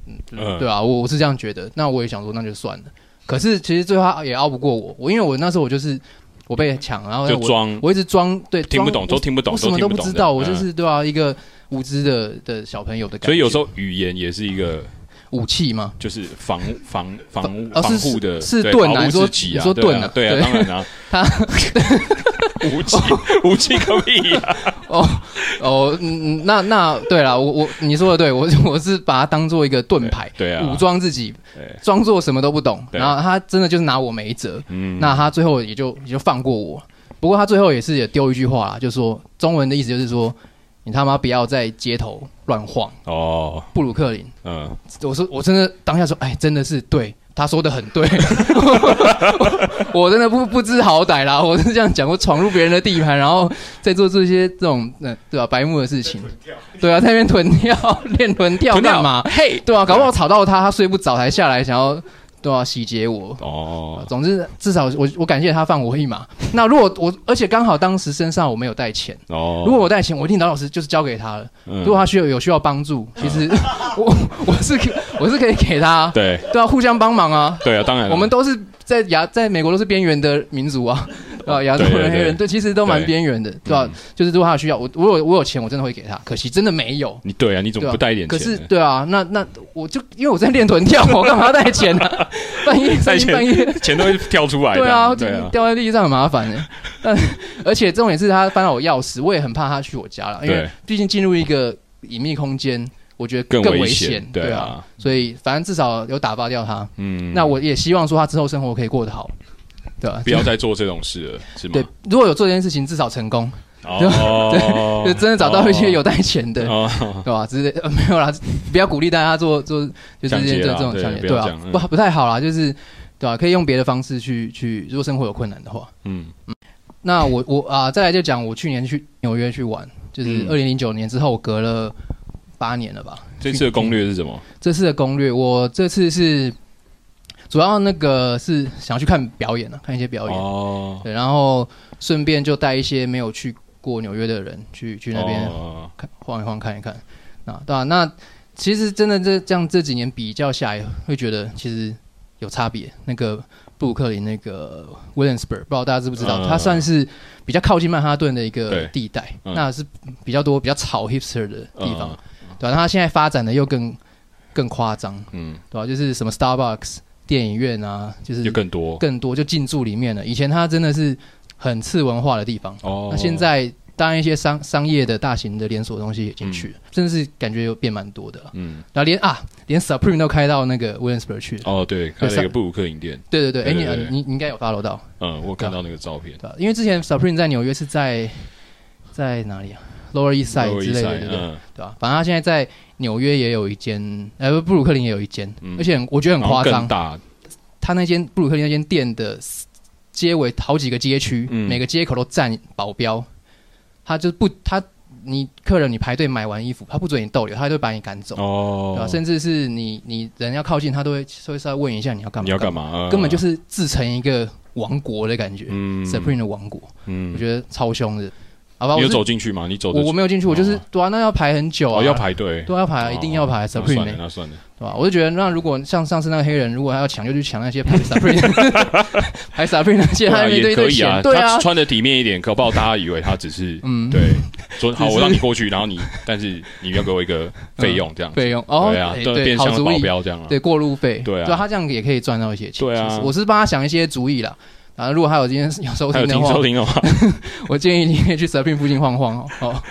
Speaker 2: 嗯
Speaker 1: 对啊，我我是这样觉得。那我也想说，那就算了。可是其实最后他也拗不过我，我因为我那时候我就是我被抢，然后
Speaker 2: 就
Speaker 1: 我
Speaker 2: 装
Speaker 1: 我一直装对
Speaker 2: 听不
Speaker 1: 装
Speaker 2: 懂，都听不懂，
Speaker 1: 我什么
Speaker 2: 听
Speaker 1: 都
Speaker 2: 不
Speaker 1: 不
Speaker 2: 懂
Speaker 1: 知
Speaker 2: 的
Speaker 1: 道，我就
Speaker 2: 嗯
Speaker 1: 是对啊一个无知的的小朋友的感觉。
Speaker 2: 所以有时候语言也是一个
Speaker 1: 武器嘛，
Speaker 2: 就是防防防
Speaker 1: 哦
Speaker 2: 防
Speaker 1: 是
Speaker 2: 护的
Speaker 1: 是
Speaker 2: 对
Speaker 1: 盾啊
Speaker 2: 保护
Speaker 1: 你说
Speaker 2: 自己啊，
Speaker 1: 你说
Speaker 2: 对啊
Speaker 1: 盾啊
Speaker 2: 对啊，
Speaker 1: 对
Speaker 2: 当然啊，
Speaker 1: 他
Speaker 2: 武器武器个屁啊！
Speaker 1: 哦哦，嗯嗯那那对了，我我你说的对，我我是把它当做一个盾牌，
Speaker 2: 对对啊
Speaker 1: 武装自己
Speaker 2: 对，
Speaker 1: 装作什么都不懂，
Speaker 2: 对
Speaker 1: 然后他真的就是拿我没辙，
Speaker 2: 嗯
Speaker 1: 那他最后也就也就放过我，不过他最后也是也丢一句话啦，就说中文的意思就是说，你他妈不要在街头乱晃，
Speaker 2: 哦，
Speaker 1: 布鲁克林，
Speaker 2: 嗯，
Speaker 1: 我说我真的当下说，哎，真的是对。他说的很对， 我我真的不不知好歹啦！我是这样讲，我闯入别人的地盘，然后再做这些这种呃，对吧、白目的事情，对啊，在那边臀跳 练臀跳
Speaker 2: 屯跳
Speaker 1: 干嘛？嘿，对啊，搞不好吵到他，他睡不着才下来，想要对啊洗劫我，
Speaker 2: 哦，
Speaker 1: 总之，至少我我感谢他放我一马。那如果我，而且刚好当时身上我没有带钱，
Speaker 2: 哦，
Speaker 1: 如果我带钱，我一定老老实就是交给他了。
Speaker 2: 嗯
Speaker 1: 如果他需要有需要帮助，其实 我我是可我是可以给他，
Speaker 2: 对
Speaker 1: 对啊，互相帮忙啊。
Speaker 2: 对啊，当然啊
Speaker 1: 我们都是在亚在美国都是边缘的民族 啊，啊，亚洲
Speaker 2: 对对
Speaker 1: 人、黑
Speaker 2: 对
Speaker 1: 人，对，其实都蛮
Speaker 2: 对嗯
Speaker 1: 边缘的，对吧、就是如果他有需要，我我有我有钱，我真的会给他。可惜真的没有，
Speaker 2: 你对啊，你怎
Speaker 1: 对啊
Speaker 2: 么不带一点
Speaker 1: 可
Speaker 2: 钱
Speaker 1: 是
Speaker 2: 呢？
Speaker 1: 对啊，那那我就因为我在练臀跳，我干嘛要带钱呢、 啊？半夜三
Speaker 2: 带
Speaker 1: 更
Speaker 2: 钱
Speaker 1: 半夜。
Speaker 2: 钱都会跳出来的，
Speaker 1: 对啊，
Speaker 2: 对啊，
Speaker 1: 掉在地上很麻烦的。 但而且重点是他翻到我钥匙，我也很怕他去我家了，因为
Speaker 2: 对
Speaker 1: 毕竟进入一个隐秘空间，我觉得
Speaker 2: 更
Speaker 1: 危
Speaker 2: 危险
Speaker 1: 对
Speaker 2: 对啊
Speaker 1: 啊，所以反正至少有打发掉他。
Speaker 2: 嗯，
Speaker 1: 那我也希望说他之后生活可以过得好，对吧、
Speaker 2: 不要再做这种事了，是吗
Speaker 1: 对？，如果有做这件事情，至少成功，
Speaker 2: 哦，
Speaker 1: 就真的找到一些有带钱的，
Speaker 2: 哦，
Speaker 1: 对吧、之类的、呃没有啦，不要鼓励大家做做就这
Speaker 2: 抢劫
Speaker 1: 件这
Speaker 2: 啦
Speaker 1: 这种
Speaker 2: 对
Speaker 1: 抢劫，
Speaker 2: 不要
Speaker 1: 对
Speaker 2: 这
Speaker 1: 啊
Speaker 2: 样，嗯
Speaker 1: 不不太好啦，就是对吧、可以用别的方式去去，如果生活有困难的话。
Speaker 2: 嗯，
Speaker 1: 那我我啊、再来就讲我去年去纽约去玩，就是
Speaker 2: 嗯
Speaker 1: 二零零九年之后，我隔了八年了吧。
Speaker 2: 这次的攻略是什么？
Speaker 1: 这次的攻略，我这次是主要那个是想去看表演啊，看一些表演，
Speaker 2: 哦，
Speaker 1: 对，然后顺便就带一些没有去过纽约的人去去那边
Speaker 2: 哦
Speaker 1: 看晃一晃看一看。那对啊，那其实真的这这样这几年比较下来，会觉得其实有差别。那个布鲁克林那个 Williamsburg，不知道大家知不知道，
Speaker 2: 嗯
Speaker 1: 它算是比较靠近曼哈顿的一个
Speaker 2: 对
Speaker 1: 地带，
Speaker 2: 嗯
Speaker 1: 那是比较多比较吵 hipster 的地方，
Speaker 2: 嗯
Speaker 1: 对啊，那它现在发展的又更更夸张，
Speaker 2: 嗯，
Speaker 1: 对吧、就是什么 Starbucks 电影院啊，就是
Speaker 2: 就更多
Speaker 1: 更多就进驻里面了。以前它真的是很次文化的地方，
Speaker 2: 哦。
Speaker 1: 那现在当然一些商商业的大型的连锁东西也进去了，真的是感觉有变蛮多的了。
Speaker 2: 嗯。
Speaker 1: 然后连啊，连 Supreme 都开到那个 Williamsburg 去了。
Speaker 2: 哦，对，开了一
Speaker 1: 上
Speaker 2: 个布鲁克林店，
Speaker 1: 对对对，哎、
Speaker 2: 对
Speaker 1: 你
Speaker 2: 对对
Speaker 1: 你你应该有 follow 到，
Speaker 2: 嗯，我有看到那个照片
Speaker 1: 对，吧、因为之前 Supreme 在纽约是在在哪里啊？Lower East Side 之类的，对对对
Speaker 2: 嗯，
Speaker 1: 对吧、反正他现在在纽约也有一间，呃，布鲁克林也有一间，
Speaker 2: 嗯
Speaker 1: 而且很我觉得很
Speaker 2: 然后
Speaker 1: 夸张
Speaker 2: 更，大，
Speaker 1: 他那间布鲁克林那间店的街尾好几个街区，
Speaker 2: 嗯
Speaker 1: 每个街口都站保镖，他就不他你客人你排队买完衣服，他不准你逗留，他就把你赶走，对吧、
Speaker 2: 哦，
Speaker 1: 甚至是你你人要靠近，他都会会稍微问一下你要干嘛，
Speaker 2: 你要干，嘛？嗯
Speaker 1: 根本就是自成一个王国的感觉、
Speaker 2: 嗯
Speaker 1: s u p r e m e 的王国，
Speaker 2: 嗯
Speaker 1: 我觉得超凶的，好吧，
Speaker 2: 你
Speaker 1: 我
Speaker 2: 有
Speaker 1: 是
Speaker 2: 走进去吗？你走的
Speaker 1: 我我没有进去，我就是、
Speaker 2: 哦
Speaker 1: 对啊，那要排很久啊，
Speaker 2: 哦要排队，
Speaker 1: 对啊要排啊，一定要排
Speaker 2: 哦
Speaker 1: s u
Speaker 2: 那
Speaker 1: p r e m
Speaker 2: 算了
Speaker 1: e
Speaker 2: 那算了，
Speaker 1: 对吧？我就觉得，那如果像上次那个黑人，如果他要抢，就去抢那些排 Supreme，排 Supreme 那些，
Speaker 2: 对
Speaker 1: 他
Speaker 2: 啊
Speaker 1: 面对
Speaker 2: 也可
Speaker 1: 对
Speaker 2: 以
Speaker 1: 钱，
Speaker 2: 啊，
Speaker 1: 对啊
Speaker 2: 他，穿的体面一点，搞不好大家以为他只是
Speaker 1: 嗯
Speaker 2: 对说 好，
Speaker 1: 只是
Speaker 2: 我让你过去，然后你但是你要给我一个费用这样，
Speaker 1: 费用哦，
Speaker 2: 对啊，
Speaker 1: 哎
Speaker 2: 对，
Speaker 1: 对，
Speaker 2: 变
Speaker 1: 好
Speaker 2: 相的
Speaker 1: 主
Speaker 2: 保
Speaker 1: 意，
Speaker 2: 镖这样啊，
Speaker 1: 对过路费，
Speaker 2: 对啊
Speaker 1: 他这样也可以赚到一些钱。
Speaker 2: 对啊
Speaker 1: 其实我是帮他想一些主意啦。啊，如果他有今天有收
Speaker 2: 还
Speaker 1: 听的
Speaker 2: 有听
Speaker 1: 话
Speaker 2: 收，听的话，
Speaker 1: 我建议你可以去 Supreme 附近晃晃哦。哦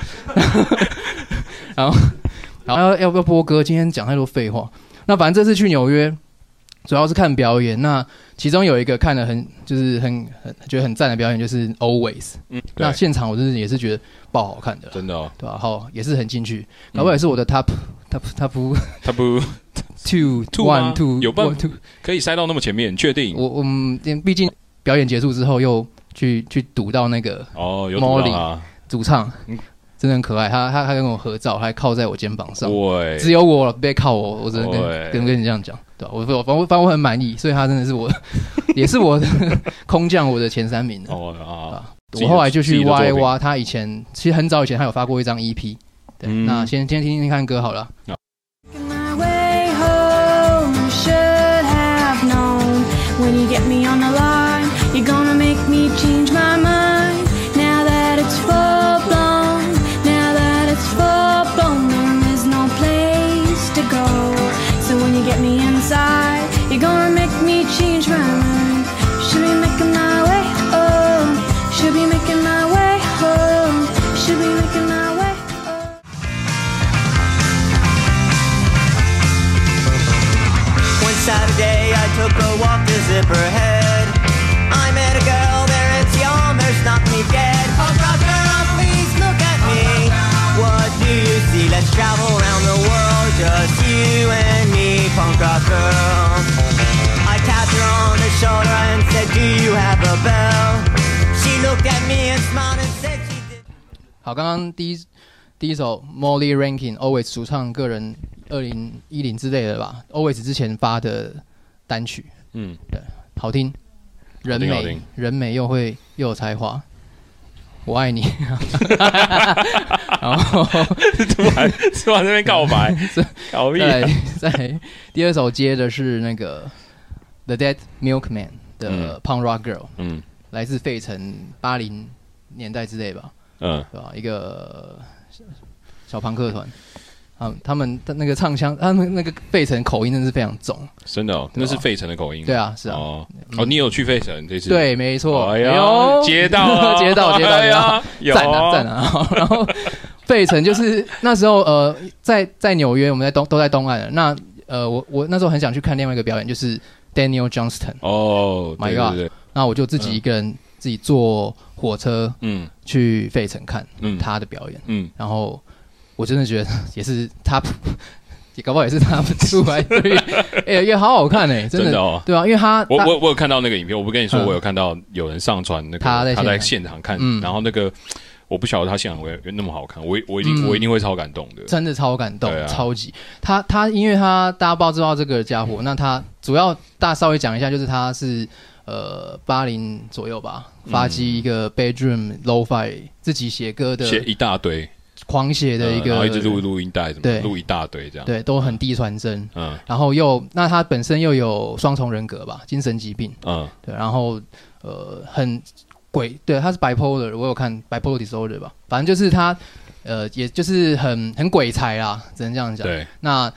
Speaker 1: 然后，然后要要不要波哥？今天讲太多废话。那反正这次去纽约，主要是看表演。那其中有一个看的很就是很很觉得很赞的表演就是 Always，
Speaker 2: 嗯，对
Speaker 1: 那，现场我就是也是觉得爆好看的啦，
Speaker 2: 真的哦，
Speaker 1: 对吧、然后也是很进去，
Speaker 2: 嗯
Speaker 1: 搞不好也是我的 Top Top Top
Speaker 2: 他不
Speaker 1: Two
Speaker 2: Two 吗
Speaker 1: One Two
Speaker 2: 有办
Speaker 1: one, two
Speaker 2: 可以塞到那么前面，你确定？
Speaker 1: 我我们毕竟表演结束之后又去去读到那个
Speaker 2: 哦，有读到啊，
Speaker 1: 主唱
Speaker 2: 嗯，
Speaker 1: 真的很可爱。他他他跟我合照，还靠在我肩膀上。
Speaker 2: 对，
Speaker 1: 只有我被靠我，我只能跟
Speaker 2: 喂
Speaker 1: 跟跟你这样讲，对吧、我我反正反正我很满意，所以他真的 是我，也是我的 空降我的前三名的。
Speaker 2: 哦啊，自己
Speaker 1: 我
Speaker 2: 的
Speaker 1: 后来就
Speaker 2: 自
Speaker 1: 去
Speaker 2: 己的
Speaker 1: 挖一
Speaker 2: 作品
Speaker 1: 挖他以前，其实很早以前他有发过一张 EP，对，
Speaker 2: 嗯
Speaker 1: 那先先听听看歌好了。
Speaker 8: My way home should have known when you get me on the line, you're gonna make me change my mind. Now that it's full blown, now that it's full blown, then there's no place to go. So when you get me inside, you're gonna make me change my mind. Should be making my way home, should be making my way home, should be making my way home.
Speaker 3: One Saturday I took a walk to Zipperhead. I met a girl there and she almost knocked me dead. Oh brother, oh, please look at me. What do you see? Let's travel around the world, just you and me, punk rock girl. I tapped her on the shoulder and said, Do you have a bell? She looked at me and smiled and said she did.
Speaker 1: 好，刚刚第一第一首 Molly Rankin Always 主唱个人二零一零之类的吧，Always 之前发的单曲，
Speaker 2: 嗯，
Speaker 1: 好听，人
Speaker 2: 好
Speaker 1: 美
Speaker 2: 听
Speaker 1: 人美又会又有才华，我爱 你。然后
Speaker 2: 突然突然这边 告白，搞屁啊
Speaker 1: 再来再来第二首接的是那个 The Dead Milkman 的
Speaker 2: 嗯
Speaker 1: Punk Rock Girl，、
Speaker 2: 嗯
Speaker 1: 来自费城八零年代之类吧，
Speaker 2: 嗯，
Speaker 1: 对吧？一个小小朋克团。啊，他们的那个唱腔，他们那个费城口音真的是非常重。
Speaker 2: 真的哦，
Speaker 1: 对
Speaker 2: 那
Speaker 1: 啊
Speaker 2: 是费城的口音，
Speaker 1: 对啊，是啊，
Speaker 2: 哦哦，你有去费城这次？
Speaker 1: 对，，没错。
Speaker 2: 哎
Speaker 1: 呦
Speaker 2: 呀，接到了
Speaker 1: 接到，接到，
Speaker 2: 哎
Speaker 1: 接到。
Speaker 2: 呀，有
Speaker 1: 赞啊赞
Speaker 2: 啊，
Speaker 1: 啊！然后费城就是那时候呃，在在纽约，我们在东都在东岸了。那呃，我我那时候很想去看另外一个表演，就是 Daniel Johnston。
Speaker 2: 哦
Speaker 1: My
Speaker 2: 对对
Speaker 1: God
Speaker 2: 对，对
Speaker 1: 那我就自己一个人自己坐火车
Speaker 2: 嗯
Speaker 1: 去费城看
Speaker 2: 嗯，
Speaker 1: 他的表演，
Speaker 2: 嗯，
Speaker 1: 然后我真的觉得也是他。 也搞不好也是他们出来， 对，哎、也好好看哎、真
Speaker 2: 真
Speaker 1: 的，
Speaker 2: 的哦。
Speaker 1: 对啊，因为他
Speaker 2: 我
Speaker 1: 大
Speaker 2: 我我有看到那个影片，我不跟你说，
Speaker 1: 嗯
Speaker 2: 我有看到有人上传那个
Speaker 1: 他在现场
Speaker 2: 在现场看，
Speaker 1: 嗯
Speaker 2: 然后那个我不晓得他现场会那么好看，我我一定
Speaker 1: 嗯
Speaker 2: 我一定会超感动的。
Speaker 1: 真的超感动，
Speaker 2: 对啊
Speaker 1: 超级。他他，因为他大家不知道这个家伙，那他主要大家稍微讲一下，就是他是呃八零左右吧，
Speaker 2: 嗯
Speaker 1: 发迹一个 bedroom lo-fi 自己写歌的
Speaker 2: 写一大堆，
Speaker 1: 狂写的一
Speaker 2: 嗯然
Speaker 1: 个，
Speaker 2: 后一直录录音带，什么
Speaker 1: 对
Speaker 2: 录一大堆这样，
Speaker 1: 对，都很低传真。
Speaker 2: 嗯
Speaker 1: 然后又，那他本身又有双重人格吧，精神疾病，
Speaker 2: 嗯
Speaker 1: 对，然后呃很鬼，对，他是 bipolar，我有看 bipolar disorder 吧，反正就是他呃也就是很很鬼才啦，只能这样讲。
Speaker 2: 对，
Speaker 1: 那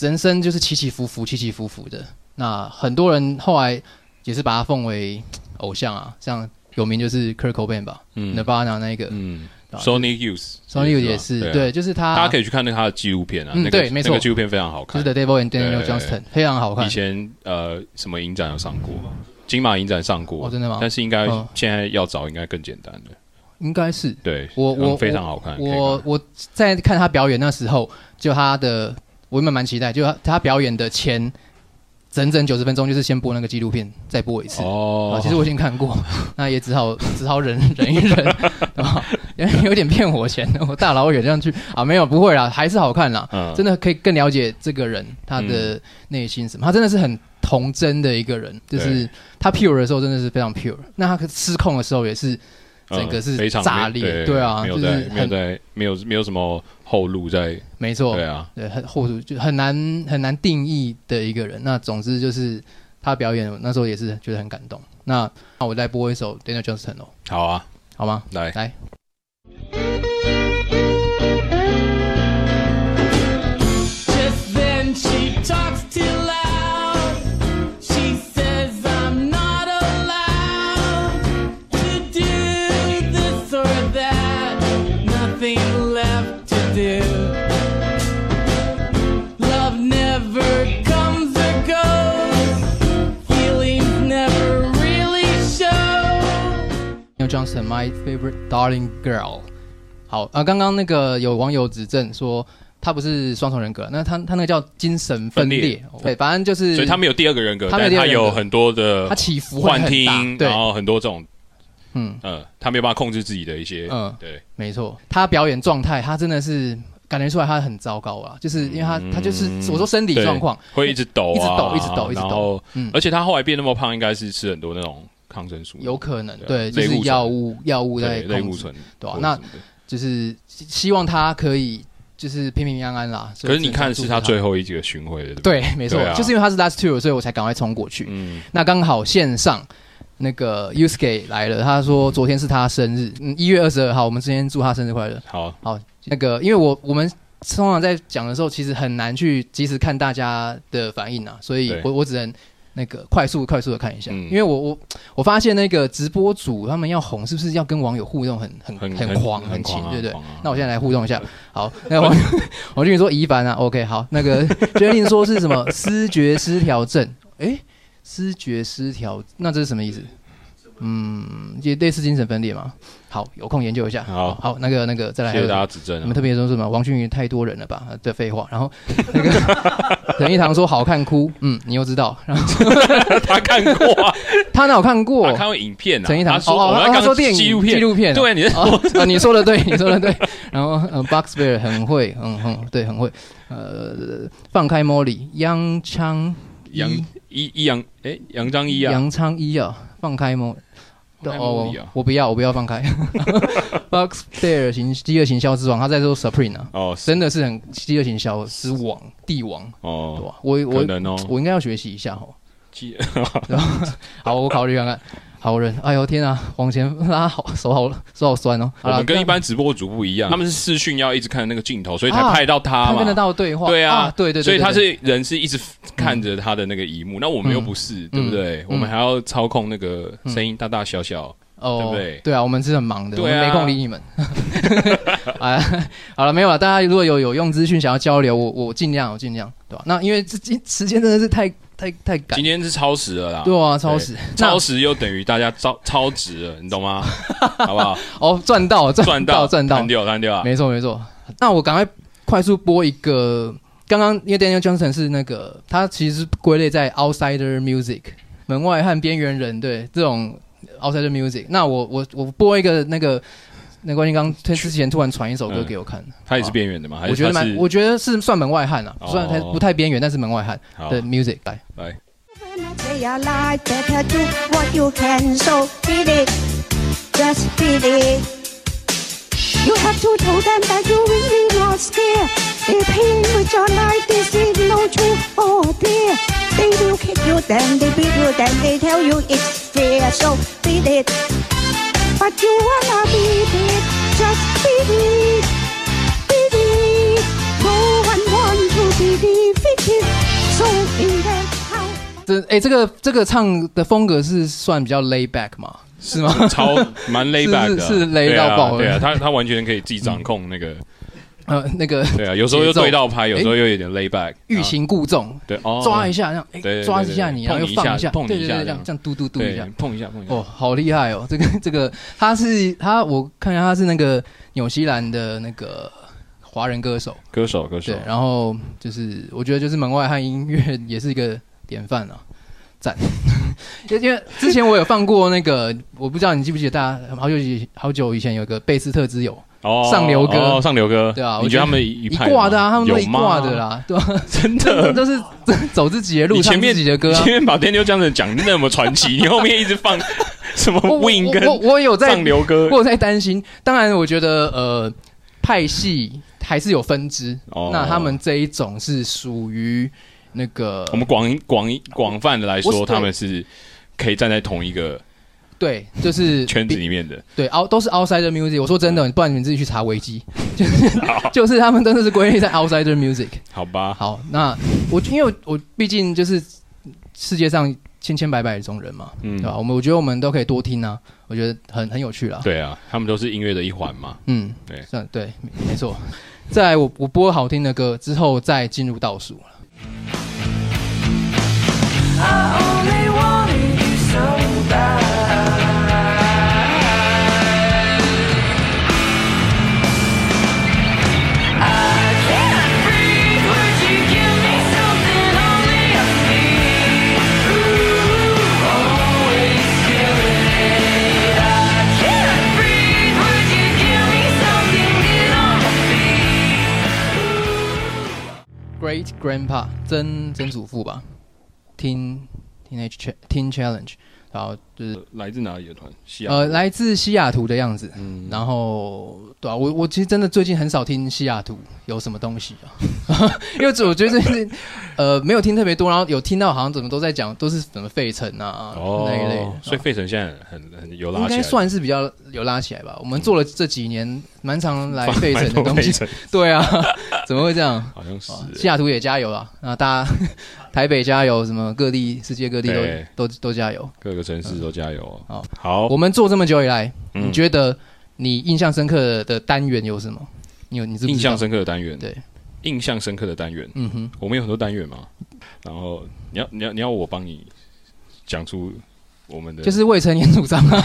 Speaker 1: 人生就是起起伏伏、起起伏伏的。那很多人后来也是把他奉为偶像啊，像有名就是 Kurt Cobain 吧、
Speaker 2: 嗯
Speaker 1: Nirvana 那一个
Speaker 2: 嗯
Speaker 1: 啊
Speaker 2: ，Sony Youth
Speaker 1: ，Sony Youth 也是，
Speaker 2: 吧啊
Speaker 1: 对，就是他，
Speaker 2: 大家可以去看那个他的纪录片啊，
Speaker 1: 嗯
Speaker 2: 那个
Speaker 1: 对没错
Speaker 2: 那个纪录片非常好
Speaker 1: 就
Speaker 2: 看
Speaker 1: 是，The Devil and Daniel
Speaker 2: 对
Speaker 1: Johnston 非常好看
Speaker 2: 以，前呃什么影展有上过，金马影展上过
Speaker 1: 哦，真的吗
Speaker 2: 但是应该
Speaker 1: 嗯
Speaker 2: 现在要找应该更简单的，
Speaker 1: 应该是
Speaker 2: 对，
Speaker 1: 我我
Speaker 2: 嗯非常好看，可以看
Speaker 1: 我我在看他表演那时候，就他的我原本蛮期待，就他他表演的前整整九十分钟，就是先播那个纪录片，再播一次。啊，
Speaker 2: 哦，
Speaker 1: 其实我已经看过， 那也只好只好忍忍一忍， 对吧？因为有点骗我钱，我大老远这样去啊，没有不会啦，还是好看啦，
Speaker 2: 嗯
Speaker 1: 真的可以更了解这个人他的内心什么，他真的是很童真的一个人，就是
Speaker 2: 嗯对
Speaker 1: 他 pure 的时候真的是非常 pure，那他失控的时候也是整个是
Speaker 2: 嗯非常
Speaker 1: 炸
Speaker 2: 没
Speaker 1: 裂
Speaker 2: 对
Speaker 1: 对啊
Speaker 2: 没有
Speaker 1: 就是
Speaker 2: 在
Speaker 1: 很
Speaker 2: 没有在没有没有什么后路在，
Speaker 1: 没错，
Speaker 2: 对啊，
Speaker 1: 对，很或者就很难很难定义的一个人。那总之就是他表演，我那时候也是觉得很感动。那那我再播一首 Daniel Johnston 哦，
Speaker 2: 好啊，
Speaker 1: 好吗？
Speaker 2: 来
Speaker 1: 来，
Speaker 8: Just then she talks too loud. She says I'm not allowed to do this or that. Nothing left to do. Love never comes or goes.
Speaker 1: Johnson, my favorite darling girl。好，呃，刚刚那个有网友指正说他不是双重人格，那他他那个叫精神分裂，哦
Speaker 2: 分裂
Speaker 1: 对，反正就是，
Speaker 2: 所以他没有第二个人格，
Speaker 1: 他没有
Speaker 2: 但
Speaker 1: 第二
Speaker 2: 他
Speaker 1: 个人格
Speaker 2: 有很多的
Speaker 1: 他起伏会
Speaker 2: 幻
Speaker 1: 很大，
Speaker 2: 听，
Speaker 1: 对
Speaker 2: 然，后很多这种，
Speaker 1: 嗯
Speaker 2: 呃，他没有办法控制自己的一些，
Speaker 1: 嗯，
Speaker 2: 对，
Speaker 1: 没错，他表演状态，他真的是感觉出来他很糟糕啊，就是因为他、他就是
Speaker 2: 嗯
Speaker 1: 我说身体状况，
Speaker 2: 会一直抖
Speaker 1: 一直
Speaker 2: 啊，
Speaker 1: 抖一直抖一直抖
Speaker 2: 然后
Speaker 1: 嗯，
Speaker 2: 而且他后来变那么胖，应该是吃很多那种抗生素，
Speaker 1: 有可能对，
Speaker 2: 对啊
Speaker 1: 就
Speaker 2: 类
Speaker 1: 是
Speaker 2: 固醇
Speaker 1: 药物药物在
Speaker 2: 对类
Speaker 1: 控
Speaker 2: 固
Speaker 1: 制，
Speaker 2: 醇，
Speaker 1: 对啊
Speaker 2: 或者
Speaker 1: 那
Speaker 2: 什么的
Speaker 1: 就是希希望他可以就是平平安安啦。所以
Speaker 2: 可是你
Speaker 1: 只能
Speaker 2: 看
Speaker 1: 祝福
Speaker 2: 是
Speaker 1: 他
Speaker 2: 他最后一个巡回的，不，
Speaker 1: 对，没错，
Speaker 2: 对啊
Speaker 1: 就是因为他是 last two，所以我才赶快冲过去。
Speaker 2: 嗯，
Speaker 1: 那刚好线上那个 Usuke 来了，他说昨天是他生日，嗯，一月二十二号，我们今天祝他生日快乐。
Speaker 2: 好，
Speaker 1: 那个，因为我我们通常在讲的时候，其实很难去及时看大家的反应啊，所以
Speaker 2: 对
Speaker 1: 我我只能那个快速快速的看一下，
Speaker 2: 嗯
Speaker 1: 因为我我我发现那个直播组他们要红，是不是要跟网友互动很很
Speaker 2: 很
Speaker 1: 很狂
Speaker 2: 很
Speaker 1: 勤
Speaker 2: 狂，啊
Speaker 1: 对不对
Speaker 2: 狂啊？
Speaker 1: 那我现在来互动一下，好，那个王 王俊宇说疑凡啊，OK，好，那 个决定说是什么思觉失调症，诶，思觉失调，那这是什么意思？嗯，也类似精神分裂嘛。好，有空研究一下。
Speaker 2: 好
Speaker 1: 好，那个那个再来。
Speaker 2: 谢谢大家指正
Speaker 1: 你们
Speaker 2: 啊，
Speaker 1: 特别说什么？王俊宇太多人了吧？呃对，废话。然 后那个 陈一堂说好看哭，嗯，你又知道。 然后
Speaker 2: 他看过啊，
Speaker 1: 他哪有看过
Speaker 2: 他？看过影片啊，
Speaker 1: 陈一堂
Speaker 2: 他说
Speaker 1: 哦
Speaker 2: 我
Speaker 1: 哦
Speaker 2: 们
Speaker 1: 哦
Speaker 2: 刚
Speaker 1: 他
Speaker 2: 刚
Speaker 1: 说电影
Speaker 2: 纪录片，
Speaker 1: 纪录片啊
Speaker 2: 对，你在
Speaker 1: 哦，啊，你说的对，你说的对。然后呃，Box Bear 很会，嗯嗯，对，很会。呃，放开 Molly，杨昌一
Speaker 2: 杨一一杨哎杨章一啊，
Speaker 1: 哦杨昌一啊，放开 Molly。
Speaker 2: 放开
Speaker 1: 哦
Speaker 2: Molly 啊，
Speaker 1: 我不要，我不要放开。Box Bear 行饥饿行销之王，他在说 Supreme 啊，
Speaker 2: 哦
Speaker 1: 真的是很饥饿行销之王，帝王。对
Speaker 2: 哦，
Speaker 1: 吧？我
Speaker 2: 可
Speaker 1: 我
Speaker 2: 能哦，
Speaker 1: 我应该要学习一下哦。
Speaker 2: 记
Speaker 1: 好，我考虑看看。好人，哎呦天啊，往前拉好， 手好手好酸哦。好
Speaker 2: 我
Speaker 1: 啦
Speaker 2: 们
Speaker 1: 这
Speaker 2: 跟
Speaker 1: 样
Speaker 2: 一般直播主不一样，他们是视讯要一直看那个镜头，所以才
Speaker 1: 啊
Speaker 2: 拍到他
Speaker 1: 看
Speaker 2: 嘛
Speaker 1: 得。到对话，
Speaker 2: 对啊，
Speaker 1: 对对对，
Speaker 2: 所以
Speaker 1: 对
Speaker 2: 他
Speaker 1: 对
Speaker 2: 是人是一直看着他的那个荧幕，那我们又不
Speaker 1: 嗯
Speaker 2: 是，对不对？我们还要操控那个声音大大小小，
Speaker 1: 哦
Speaker 2: 对不对
Speaker 1: 啊，我们是很忙的，我
Speaker 2: 对
Speaker 1: 们
Speaker 2: 啊
Speaker 1: 没空理你 们。 啊，好了，没有了。大家如果有有用资讯想要交流，我我尽量我尽量，对吧？那因为这今时间真的是太太太赶
Speaker 2: 今，天是超时了啦，
Speaker 1: 对啊，超时，那
Speaker 2: 超时又等于大家超超值了，你 懂吗？好不好？
Speaker 1: 哦，赚到
Speaker 2: 赚
Speaker 1: 赚
Speaker 2: 到
Speaker 1: 赚到
Speaker 2: 赚，掉赚掉啊！
Speaker 1: 没错没错。那我赶快快速播一个，刚刚因为 Daniel Johnson 是那个，他其实是归类在 outsider music 门外汉、边缘人，对这种 outsider music。那我我我播一个那个。那关键刚推之前突然传一首歌
Speaker 2: 嗯
Speaker 1: 给我看，
Speaker 2: 他也是边缘的嘛，还
Speaker 1: 啊我
Speaker 2: 是
Speaker 1: 觉得
Speaker 2: 他
Speaker 1: 蛮，
Speaker 2: 是
Speaker 1: 我觉得是算门外汉啊，
Speaker 2: 哦
Speaker 1: 虽然他不太边缘，但是门外汉
Speaker 2: 好
Speaker 1: 的 music 来，
Speaker 2: 来
Speaker 9: Realize better do what you can, so feel it, just feel it. You have to tell them that you really not scared. They pain with your life, this is no truth or fear. They will kick you, then they beat you, then they tell you it's fair, so feel it. But you wanna beat it, just beat it, beat it. No one wants to be defeated, so in them how.
Speaker 1: 这哎、这个这个唱的风格是算比较 lay back 吗？是吗？
Speaker 2: 超蛮 lay back 的啊，
Speaker 1: 是是雷
Speaker 2: 对啊
Speaker 1: 到爆了
Speaker 2: 对啊，他他完全可以自己掌控那个，
Speaker 1: 呃，那个
Speaker 2: 对啊，有时候又
Speaker 1: 节奏哎
Speaker 2: 对到拍，有时候又有点 lay back，
Speaker 1: 欲
Speaker 2: 啊
Speaker 1: 擒故纵，
Speaker 2: 对哦，
Speaker 1: 抓一下，这样
Speaker 2: 对
Speaker 1: 哎，
Speaker 2: 对
Speaker 1: 抓一下你，
Speaker 2: 对
Speaker 1: 然后
Speaker 2: 对
Speaker 1: 又放
Speaker 2: 碰你一下碰你
Speaker 1: 对
Speaker 2: 一
Speaker 1: 对
Speaker 2: 下
Speaker 1: 对，这
Speaker 2: 这
Speaker 1: 样
Speaker 2: 样
Speaker 1: 这样嘟嘟嘟
Speaker 2: 对
Speaker 1: 一下，
Speaker 2: 碰一下碰一下，
Speaker 1: 哦，好厉害哦！这个 这个，他是他，我看一下，他是那个纽西兰的那个华人歌手，
Speaker 2: 歌手歌手
Speaker 1: 对，，啊然后就是我觉得就是门外汉音乐也是一个典范啊，赞！ 因为因为之前我有放过那个，我不知道你记不记得，大家好久以好久以前有个贝斯特之友，
Speaker 2: 哦
Speaker 1: 上流哥
Speaker 2: 哦上流哥，
Speaker 1: 对啊我
Speaker 2: 你
Speaker 1: 觉
Speaker 2: 觉
Speaker 1: 得
Speaker 2: 得他们一
Speaker 1: 一
Speaker 2: 派
Speaker 1: 挂的啊，
Speaker 2: 吗
Speaker 1: 他们都一
Speaker 2: 有吗
Speaker 1: 挂的，啦，对吧、
Speaker 2: 真
Speaker 1: 真的
Speaker 2: 的。
Speaker 1: 都是走自己的路，
Speaker 2: 你前
Speaker 1: 唱
Speaker 2: 面
Speaker 1: 自己的歌啊
Speaker 2: 前。面把 Daniel 这样子讲那么 传奇，你后面一直放什么
Speaker 1: 我我
Speaker 2: Win 跟
Speaker 1: 我我有在
Speaker 2: 上流哥
Speaker 1: 我有在担心。当然，我觉得呃，派系还是有分支。
Speaker 2: 哦
Speaker 1: 那他们这一种是属于那个
Speaker 2: 我们广广广泛的来
Speaker 1: 我
Speaker 2: 说，
Speaker 1: 是对
Speaker 2: 他们是可以站在同一个
Speaker 1: 对，就是
Speaker 2: 圈子
Speaker 1: 比
Speaker 2: 里面嗯的。
Speaker 1: 对 out 都是 outsider music。我说真的，不然你们自己去查维 基，就是 就是他们真的是归类在 outsider music。
Speaker 2: 好吧，
Speaker 1: 好，那我因为我我毕竟就是世界上千千百百种人嘛，
Speaker 2: 嗯
Speaker 1: 对吧？我们我觉得我们都可以多听啊，我觉得很很有趣啦。
Speaker 2: 对啊，他们都是音乐的一环嘛。
Speaker 1: 嗯，
Speaker 2: 对
Speaker 1: 算对，没没错。再来我我播好听的歌之后，再进入倒数了。
Speaker 3: I only wanted you so bad.
Speaker 1: great grandpa 曾曾祖父吧，Teen Teenage Cha- Teen Challenge，然后就是
Speaker 2: 呃来自哪里的团？西雅图
Speaker 1: 呃，来自西雅图的样子。
Speaker 2: 嗯，
Speaker 1: 然后，对啊，我我其实真的最近很少听西雅图有什么东西啊， 因为我觉得最近呃没有听特别多，然后有听到好像怎么都在讲都是什么费城啊、
Speaker 2: 哦
Speaker 1: 那一类的，
Speaker 2: 所以费城现在很很很有拉
Speaker 1: 应
Speaker 2: 起来，
Speaker 1: 该算是比较有拉起来吧。我们做了这几年蛮常来费城的
Speaker 2: 嗯蛮多
Speaker 1: 东
Speaker 2: 费
Speaker 1: 西，
Speaker 2: 城
Speaker 1: 对啊，怎么会这样？
Speaker 2: 好 像是
Speaker 1: 啊西雅图也加油啊！啊，大家 台北加油，什么各地世界各地
Speaker 2: 对
Speaker 1: 都都都加油。
Speaker 2: 各个城市都加油
Speaker 1: 好
Speaker 2: 哦。好，
Speaker 1: 我们做这么久以来，
Speaker 2: 嗯
Speaker 1: 你觉得你印象深刻的单元有什么？你有你知不知道
Speaker 2: 印象？深刻的单元，
Speaker 1: 对，
Speaker 2: 印象深刻的单元，
Speaker 1: 嗯哼，
Speaker 2: 我们有很多单元嘛。然后你要你要你要我帮你讲出我们的，
Speaker 1: 就是未成年主张 啊，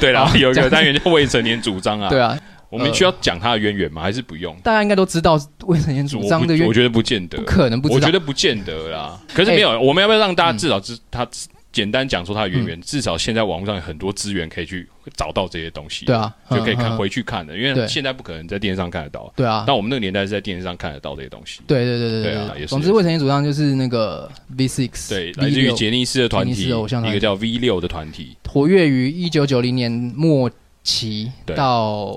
Speaker 2: 对啦，
Speaker 1: 好
Speaker 2: 有一
Speaker 1: 哦讲
Speaker 2: 个单元叫未成年主张啊。
Speaker 1: 对，啊，
Speaker 2: 我们需要讲它的渊源吗？还是不用？
Speaker 1: 大家应该都知道未成年主
Speaker 2: 我
Speaker 1: 张
Speaker 2: 不
Speaker 1: 的原
Speaker 2: 我觉得不见得
Speaker 1: 不，可能不知
Speaker 2: 我
Speaker 1: 道哎
Speaker 2: 觉。得不见得啦。可是没有，我们要不要让大家至少知它简单讲出它的渊
Speaker 1: 嗯
Speaker 2: 源？至少现在网络上有很多资源可以去找到这些东西，
Speaker 1: 对，啊，
Speaker 2: 就可以
Speaker 1: 嗯
Speaker 2: 看
Speaker 1: 嗯
Speaker 2: 回去看的，因为
Speaker 1: 对
Speaker 2: 现在不可能在电视上看得到。
Speaker 1: 对啊，
Speaker 2: 但我们那个年代是在电视上看得到这些东西。
Speaker 1: 对对对
Speaker 2: 对啊
Speaker 1: 对
Speaker 2: 也是
Speaker 1: 总
Speaker 2: 也
Speaker 1: 之，
Speaker 2: 是
Speaker 1: 未成年主张就是那个 V Six，
Speaker 2: 对，来自于杰尼斯的团
Speaker 1: 杰尼
Speaker 2: 体，
Speaker 1: 斯偶像团体
Speaker 2: 一个叫 V 六的团体，
Speaker 1: 活跃于一九九零年末期
Speaker 2: 对
Speaker 1: 到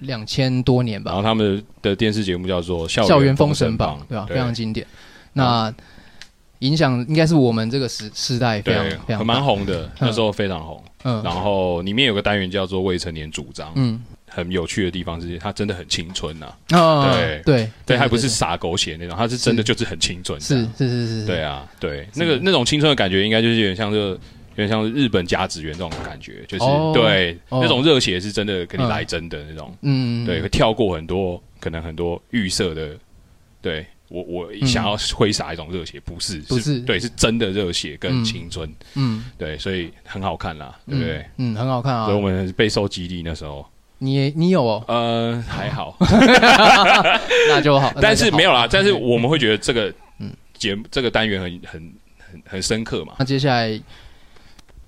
Speaker 1: 两千多年吧
Speaker 2: 然后。他们的电视节目叫做《
Speaker 1: 校园
Speaker 2: 园
Speaker 1: 封
Speaker 2: 神
Speaker 1: 神榜，对吧、非常
Speaker 2: 对嗯
Speaker 1: 经典。那影响应该是我们这个时时代非常
Speaker 2: 对
Speaker 1: 非常
Speaker 2: 很蛮
Speaker 1: 大，
Speaker 2: 红的，那时候非常红。然
Speaker 1: 嗯
Speaker 2: 后里面有个单元叫做未成年主张，
Speaker 1: 嗯
Speaker 2: 很有趣的地方是它真的很青春呐，
Speaker 1: 啊
Speaker 2: 对
Speaker 1: 对
Speaker 2: 对，它不是撒狗血那种，它是真的就是很青春，
Speaker 1: 是是是是，
Speaker 2: 对啊，对，那个那种青春的感觉，应该就是有点像这个。有点像是日本甲子园这种感觉，就是、
Speaker 1: 哦
Speaker 2: 对、
Speaker 1: 哦
Speaker 2: 那种热血是真的给你
Speaker 1: 嗯
Speaker 2: 来真的那种，
Speaker 1: 嗯
Speaker 2: 对，会跳过很多可能很多预设的，对我我想要挥洒一种热血，不是
Speaker 1: 嗯不是
Speaker 2: 对是真的热血跟
Speaker 1: 嗯
Speaker 2: 青春，
Speaker 1: 嗯
Speaker 2: 对，所以很好看啦，对
Speaker 1: 嗯
Speaker 2: 不对？
Speaker 1: 嗯很好看啊
Speaker 2: 所以，我们备受激励那时候，
Speaker 1: 你也你有哦，
Speaker 2: 呃，还好，
Speaker 1: 那就好，
Speaker 2: 但是没有啦，但是
Speaker 1: 嗯
Speaker 2: 我们会觉得这个
Speaker 1: 嗯
Speaker 2: 节目这个单元很很很很深刻嘛，
Speaker 1: 那接下来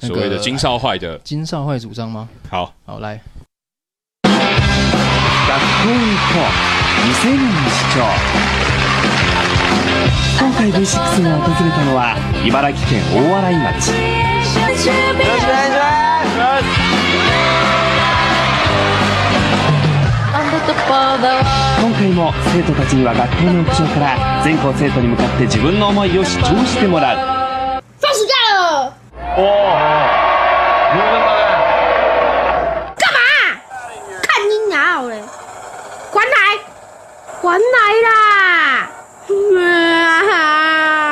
Speaker 1: 那
Speaker 2: 所
Speaker 1: 个
Speaker 2: 谓的金少坏的，
Speaker 1: 金少会主张吗？
Speaker 2: 好，
Speaker 1: 好来，
Speaker 10: 今回 V6 が訪れたのは茨城県大洗町今回も生徒たちには学校の屋上から全校生徒に向かって自分の思いを主張してもらう
Speaker 9: 看你鸟嘞，还来，还来啦！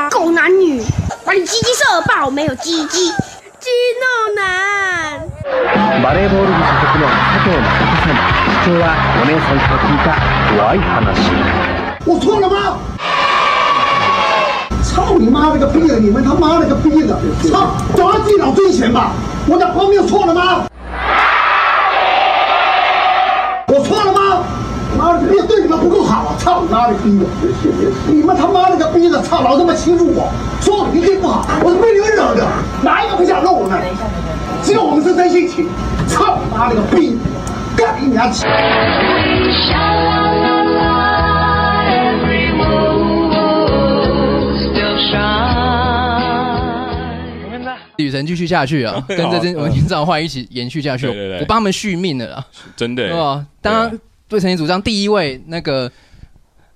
Speaker 9: 哇狗男女，把你鸡鸡射爆，没有鸡鸡，激怒男。
Speaker 10: バレーボール部所属の佐藤真子さん今日はお姉さんから聞いた怖い話
Speaker 11: 我错了吗？操你妈了个逼的！你们他妈了个逼的！操，找到自己老尊贤吧！我讲荒谬错了吗？我错了吗？妈的，对对你们不够好啊！操你妈的逼的！你们他妈了个逼的！操，老他妈欺负我，说我脾气不好，我被你们惹的，哪一个不想弄我们？只有我们是真性情！操你妈了个逼！干你娘！
Speaker 1: 女神继续下去 啊，跟这件我们金少坏一起延续下去，
Speaker 2: 对对对
Speaker 1: 我帮他们续命了啦。
Speaker 2: 真的、欸，
Speaker 1: 哦，当然对成年主张第一位那个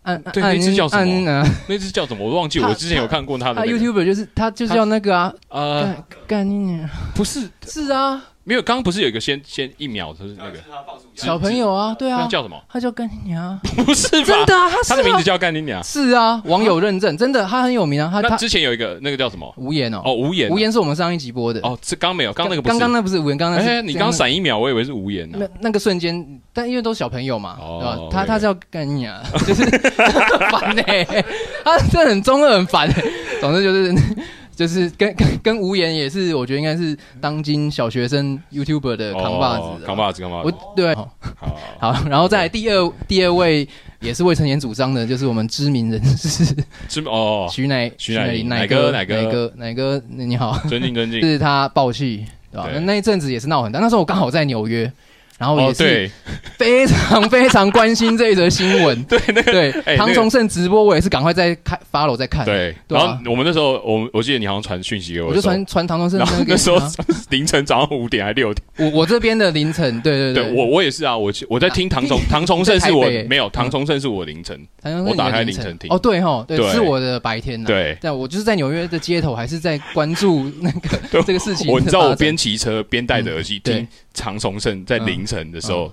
Speaker 1: 按
Speaker 2: 对
Speaker 1: 按
Speaker 2: 那只叫什么
Speaker 1: 按啊
Speaker 2: 那只叫什么我忘记，
Speaker 1: 他
Speaker 2: 我之前有看过他的、
Speaker 1: 他
Speaker 2: 那个
Speaker 1: YouTuber 就是他就是叫那个啊，
Speaker 2: 呃，
Speaker 1: 干干你娘
Speaker 2: 不是，
Speaker 1: 是啊，
Speaker 2: 没有，刚刚不是有一个先先一秒就是那个
Speaker 1: 小朋友啊，对
Speaker 2: 那
Speaker 1: 啊，
Speaker 2: 叫什么？
Speaker 1: 他叫干你娘啊，
Speaker 2: 不是吧？
Speaker 1: 真的啊，他是
Speaker 2: 他
Speaker 1: 啊
Speaker 2: 的名字叫干你娘。
Speaker 1: 是啊，网友认证真的，他很有名啊，他
Speaker 2: 那
Speaker 1: 他
Speaker 2: 之前有一个那个叫什么？
Speaker 1: 无言
Speaker 2: 哦，
Speaker 1: 哦，
Speaker 2: 无言，
Speaker 1: 无言是我们上一集播的，
Speaker 2: 哦，这刚没有，刚那个不是，
Speaker 1: 刚刚那不是无言，刚刚那
Speaker 2: 哎，
Speaker 1: 是
Speaker 2: 你刚闪一秒，我以为是无言呢、
Speaker 1: 那那个瞬间，但因为都是小朋友嘛，
Speaker 2: 哦
Speaker 1: 对吧？
Speaker 2: OK
Speaker 1: 他他是要干你啊， 就是很烦呢、欸 他这很中二，很烦、欸。总之就是 就是跟跟跟无言也是，我觉得应该是当今小学生 YouTuber 的扛把子、啊
Speaker 2: 哦扛把子，扛把
Speaker 1: 我
Speaker 2: 子。
Speaker 1: 对，好，
Speaker 2: 好，
Speaker 1: 然后再来第二第二位也是未成年主张的，就是我们知名人士
Speaker 2: 知哦，
Speaker 1: 徐乃
Speaker 2: 徐乃麟
Speaker 1: 乃
Speaker 2: 乃
Speaker 1: 乃
Speaker 2: 哥乃
Speaker 1: 哥乃哥，你好，
Speaker 2: 尊敬尊敬。
Speaker 1: 是他爆气，对吧？
Speaker 2: 对
Speaker 1: 那那一阵子也是闹很大，那时候我刚好在纽约，然后也
Speaker 2: 哦对
Speaker 1: 是非常非常关心这一则新 闻。对，那个
Speaker 2: 哎
Speaker 1: 对唐
Speaker 2: 那个
Speaker 1: 崇盛直播，我也是赶快在看 follow 在看。
Speaker 2: 对，
Speaker 1: 对
Speaker 2: 然
Speaker 1: 啊
Speaker 2: 后我们那时候，我我记得你好像传讯息给我
Speaker 1: 我
Speaker 2: 的
Speaker 1: 就
Speaker 2: 时候，
Speaker 1: 传传唐崇盛
Speaker 2: 然后
Speaker 1: 那
Speaker 2: 那
Speaker 1: 个啊
Speaker 2: 时候 凌晨早上五点还六点，
Speaker 1: 我我这边的凌晨，对对
Speaker 2: 对我我也是啊，我我在 听唐崇唐崇盛是我
Speaker 1: 在台北嗯
Speaker 2: 没有唐崇盛是我凌晨，
Speaker 1: 唐崇盛
Speaker 2: 我打开
Speaker 1: 你
Speaker 2: 凌
Speaker 1: 的
Speaker 2: 晨听
Speaker 1: 哦，对哈，对
Speaker 2: 对
Speaker 1: 是我的白天呐。
Speaker 2: 对
Speaker 1: 但我就是在纽约的街头，还是在关 注那个这个事情的发展。嗯
Speaker 2: 我你知道我边骑车边戴着耳机
Speaker 1: 对
Speaker 2: 听唐崇盛在凌晨的时候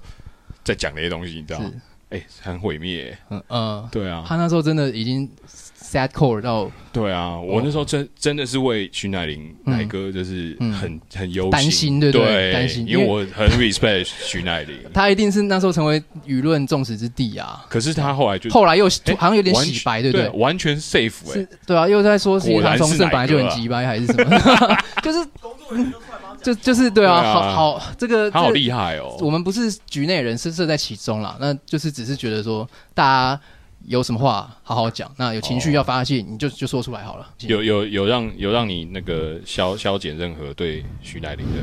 Speaker 2: 在讲那些东西，你知道吗？哎，很毁灭，
Speaker 1: 嗯嗯，
Speaker 2: 对啊
Speaker 1: 他那时候真的已经 sad core 到
Speaker 2: 对啊，我那时候真真的是为徐乃麟
Speaker 1: 嗯
Speaker 2: 乃哥就是
Speaker 1: 嗯
Speaker 2: 很很忧
Speaker 1: 担心对不对
Speaker 2: 对，
Speaker 1: 担心
Speaker 2: 因为
Speaker 1: 因为
Speaker 2: 我很 respect 徐乃 麟，
Speaker 1: 他一定是那时候成为舆论众矢之的啊。
Speaker 2: 可是他后来就
Speaker 1: 后来又
Speaker 2: 哎
Speaker 1: 好像有点
Speaker 2: 完全
Speaker 1: 洗白对不对
Speaker 2: 对？完全 safe 哎、
Speaker 1: 是，对啊，又在说是
Speaker 2: 果然
Speaker 1: 唐崇
Speaker 2: 是
Speaker 1: 盛
Speaker 2: 哪
Speaker 1: 本来就
Speaker 2: 个
Speaker 1: 很
Speaker 2: 啊
Speaker 1: 鸡掰还是什 么，就是就就是对啊，
Speaker 2: 对啊
Speaker 1: 好好这个
Speaker 2: 他好
Speaker 1: 这个
Speaker 2: 厉害哦
Speaker 1: 我们不是局内人，是设在其中啦，那就是只是觉得说大家有什么话好好讲，那有情绪要发泄，你就就说出来好了。
Speaker 2: 哦有有有让有让你那个消消减任何对徐乃麟的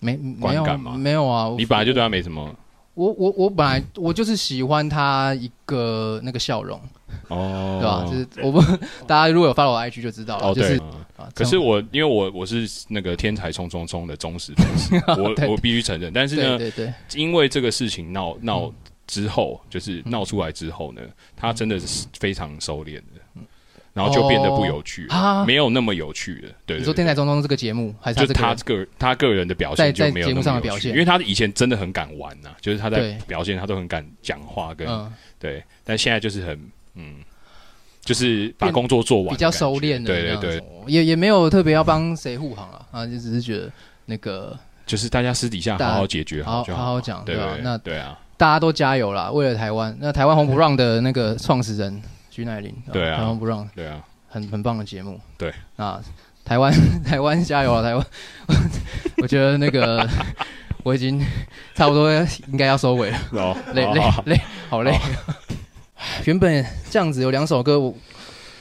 Speaker 1: 没没
Speaker 2: 观
Speaker 1: 有
Speaker 2: 感吗？
Speaker 1: 没有啊，我
Speaker 2: 你本来就对他没什么
Speaker 1: 我我我本来我就是喜欢他一个那个笑容，
Speaker 2: 哦，
Speaker 1: 对吧？就是我不 大家如果有 follow 我 IG 就知道了，
Speaker 2: 哦
Speaker 1: 就是
Speaker 2: 对啊
Speaker 1: 啊，
Speaker 2: 可是我因为我我是那个天才冲冲冲的忠实粉丝 我
Speaker 1: 对
Speaker 2: 我必须承认。但是呢，
Speaker 1: 对嗯对
Speaker 2: 因为这个事情闹闹之后，
Speaker 1: 嗯
Speaker 2: 就是闹出来之后呢，他真的是非常收敛的，然后就变得不有趣了
Speaker 1: 嗯哦啊
Speaker 2: 没有那么有趣了。对
Speaker 1: 你
Speaker 2: 对
Speaker 1: 说《
Speaker 2: 对
Speaker 1: 天才中中》这个节目，还是
Speaker 2: 就
Speaker 1: 这个
Speaker 2: 他
Speaker 1: 人
Speaker 2: 个他个人的表
Speaker 1: 在
Speaker 2: 现就
Speaker 1: 在
Speaker 2: 没有
Speaker 1: 节
Speaker 2: 那
Speaker 1: 目
Speaker 2: 么
Speaker 1: 上的
Speaker 2: 有
Speaker 1: 表
Speaker 2: 趣
Speaker 1: 现
Speaker 2: 因为他以前真的很敢玩呐、就是他在
Speaker 1: 对
Speaker 2: 表现他都很敢讲话跟
Speaker 1: 嗯
Speaker 2: 对，但现在就是很嗯，就是把
Speaker 1: 变
Speaker 2: 工作做完的
Speaker 1: 比较
Speaker 2: 感觉
Speaker 1: 收敛的
Speaker 2: 对
Speaker 1: 那
Speaker 2: 对
Speaker 1: 种
Speaker 2: 对，
Speaker 1: 也也没有特别要帮谁护航了啊，就 只是觉得那个
Speaker 2: 就是大家私底下
Speaker 1: 大家
Speaker 2: 好好解决
Speaker 1: 好
Speaker 2: 就
Speaker 1: 好
Speaker 2: 好
Speaker 1: 好
Speaker 2: 了
Speaker 1: 讲，
Speaker 2: 对
Speaker 1: 吧、
Speaker 2: 对
Speaker 1: 那
Speaker 2: 对啊，
Speaker 1: 大家都加油啦，为了台湾。那台湾红不让的那个创始人徐乃麟，
Speaker 2: 对啊
Speaker 1: 台湾红不让，
Speaker 2: 对啊，
Speaker 1: 很很棒的节目，
Speaker 2: 对
Speaker 1: 啊，台湾 台湾加油啊，台湾， 我觉得那 个我已经差不多应该要收尾了，
Speaker 2: 哦
Speaker 1: 累累
Speaker 2: 好
Speaker 1: 累，好累。 原本这样子有两首歌，我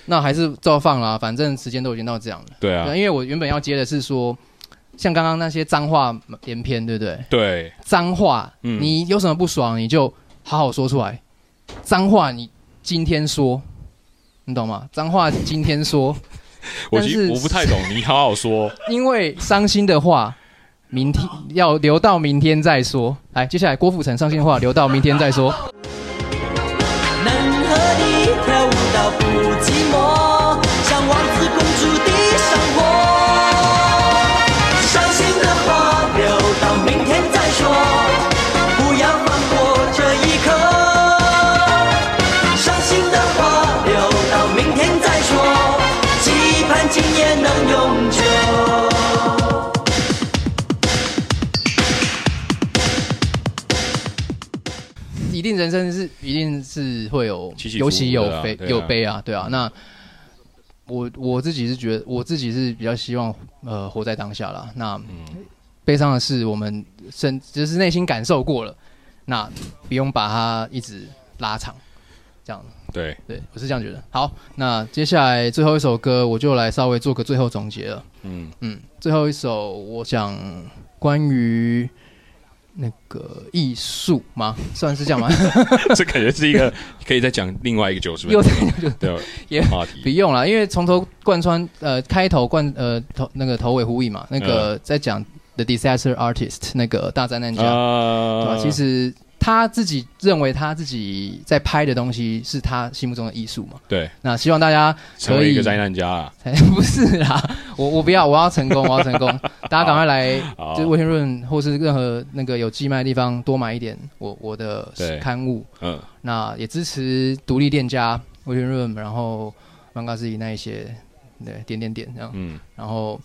Speaker 1: 那还是照放啦，反正时间都已经到这样了。
Speaker 2: 对啊
Speaker 1: 因为我原本要接的是说，像刚刚那些脏话连篇，对不对？
Speaker 2: 对，
Speaker 1: 脏话，
Speaker 2: 嗯
Speaker 1: 你有什么不爽，你就好好说出来。脏话，你今天说，你懂吗？脏话今天说，
Speaker 2: 我
Speaker 1: 但
Speaker 2: 其
Speaker 1: 是
Speaker 2: 实我不太懂，你好好说。
Speaker 1: 因为伤心的话，明天要留到明天再说。来，接下来郭富城伤心的话留到明天再说。
Speaker 3: 能和你跳舞到不寂寞，像王子公主的生活。伤心的话留到明天再说，不要放过这一刻。伤心的话留到明天再说，期盼今夜能永久。
Speaker 1: 一定人生是一定是会有
Speaker 2: 起
Speaker 1: 有
Speaker 2: 伏
Speaker 1: 喜有
Speaker 2: 的啊
Speaker 1: 悲
Speaker 2: 对啊
Speaker 1: 有悲啊，对啊。那我我自己是觉得，我自己是比较希望呃活在当下啦。那、
Speaker 2: 嗯
Speaker 1: 悲伤的事，我们身就是内心感受过了，那不用把它一直拉长，这样。
Speaker 2: 对
Speaker 1: 对，我是这样觉得。好，那接下来最后一首歌，我就来稍微做个最后总结了。
Speaker 2: 嗯
Speaker 1: 嗯，最后一首我讲关于那个艺术吗？算是这样吗？
Speaker 2: 这感觉是一个可以再讲另外一个九十
Speaker 1: 又
Speaker 2: 分
Speaker 1: 在
Speaker 2: 钟
Speaker 1: 就
Speaker 2: 的
Speaker 1: 也
Speaker 2: 话题。
Speaker 1: 不 用了，因为从头贯穿，呃，开头贯呃头那个头尾呼应嘛，那
Speaker 2: 嗯
Speaker 1: 个在讲 The Disaster Artist 那个大灾难家，
Speaker 2: 啊
Speaker 1: 对吧？其实他自己认为他自己在拍的东西是他心目中的艺术嘛。
Speaker 2: 对，
Speaker 1: 那希望大家
Speaker 2: 成
Speaker 1: 可
Speaker 2: 为一
Speaker 1: 以
Speaker 2: 个灾难家啊！
Speaker 1: 哎不是啦， 我我不要，我要成功，我要 成功！大家赶快来，
Speaker 2: 好
Speaker 1: 就是魏天润或是任何那个有寄卖的地方多买一点我我的
Speaker 2: 对
Speaker 1: 刊物，
Speaker 2: 嗯，
Speaker 1: 那也支持独立店家魏天润，然后漫画自己那一些，对，点点点这样，
Speaker 2: 嗯，
Speaker 1: 然后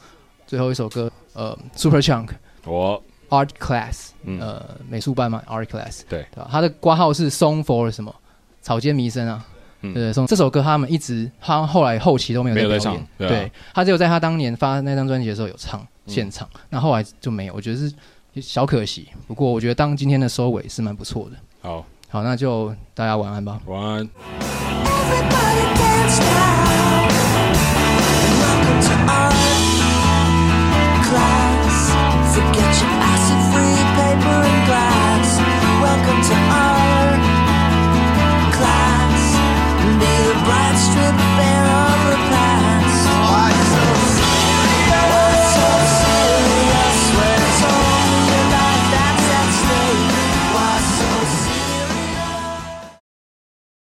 Speaker 1: 最后一首歌，呃，Super Chunk
Speaker 2: 我
Speaker 1: Art Class，、
Speaker 2: 嗯
Speaker 1: 呃，美术班嘛，Art Class，
Speaker 2: 对
Speaker 1: 对吧？他的挂号是 Song for 什么？草间弥生啊，
Speaker 2: 嗯
Speaker 1: 对，送这首歌他们一直他后来后期都没有
Speaker 2: 没有
Speaker 1: 在表
Speaker 2: 在唱
Speaker 1: 演，
Speaker 2: 对啊嗯
Speaker 1: 他只有在他当年发那张专辑的时候有唱现场，那后来就没有，我觉得是小可惜。不过我觉得当今天的收尾是蛮不错的。
Speaker 2: 好，
Speaker 1: 好，那就大家晚安吧。
Speaker 2: 晚安。
Speaker 3: Welcome to our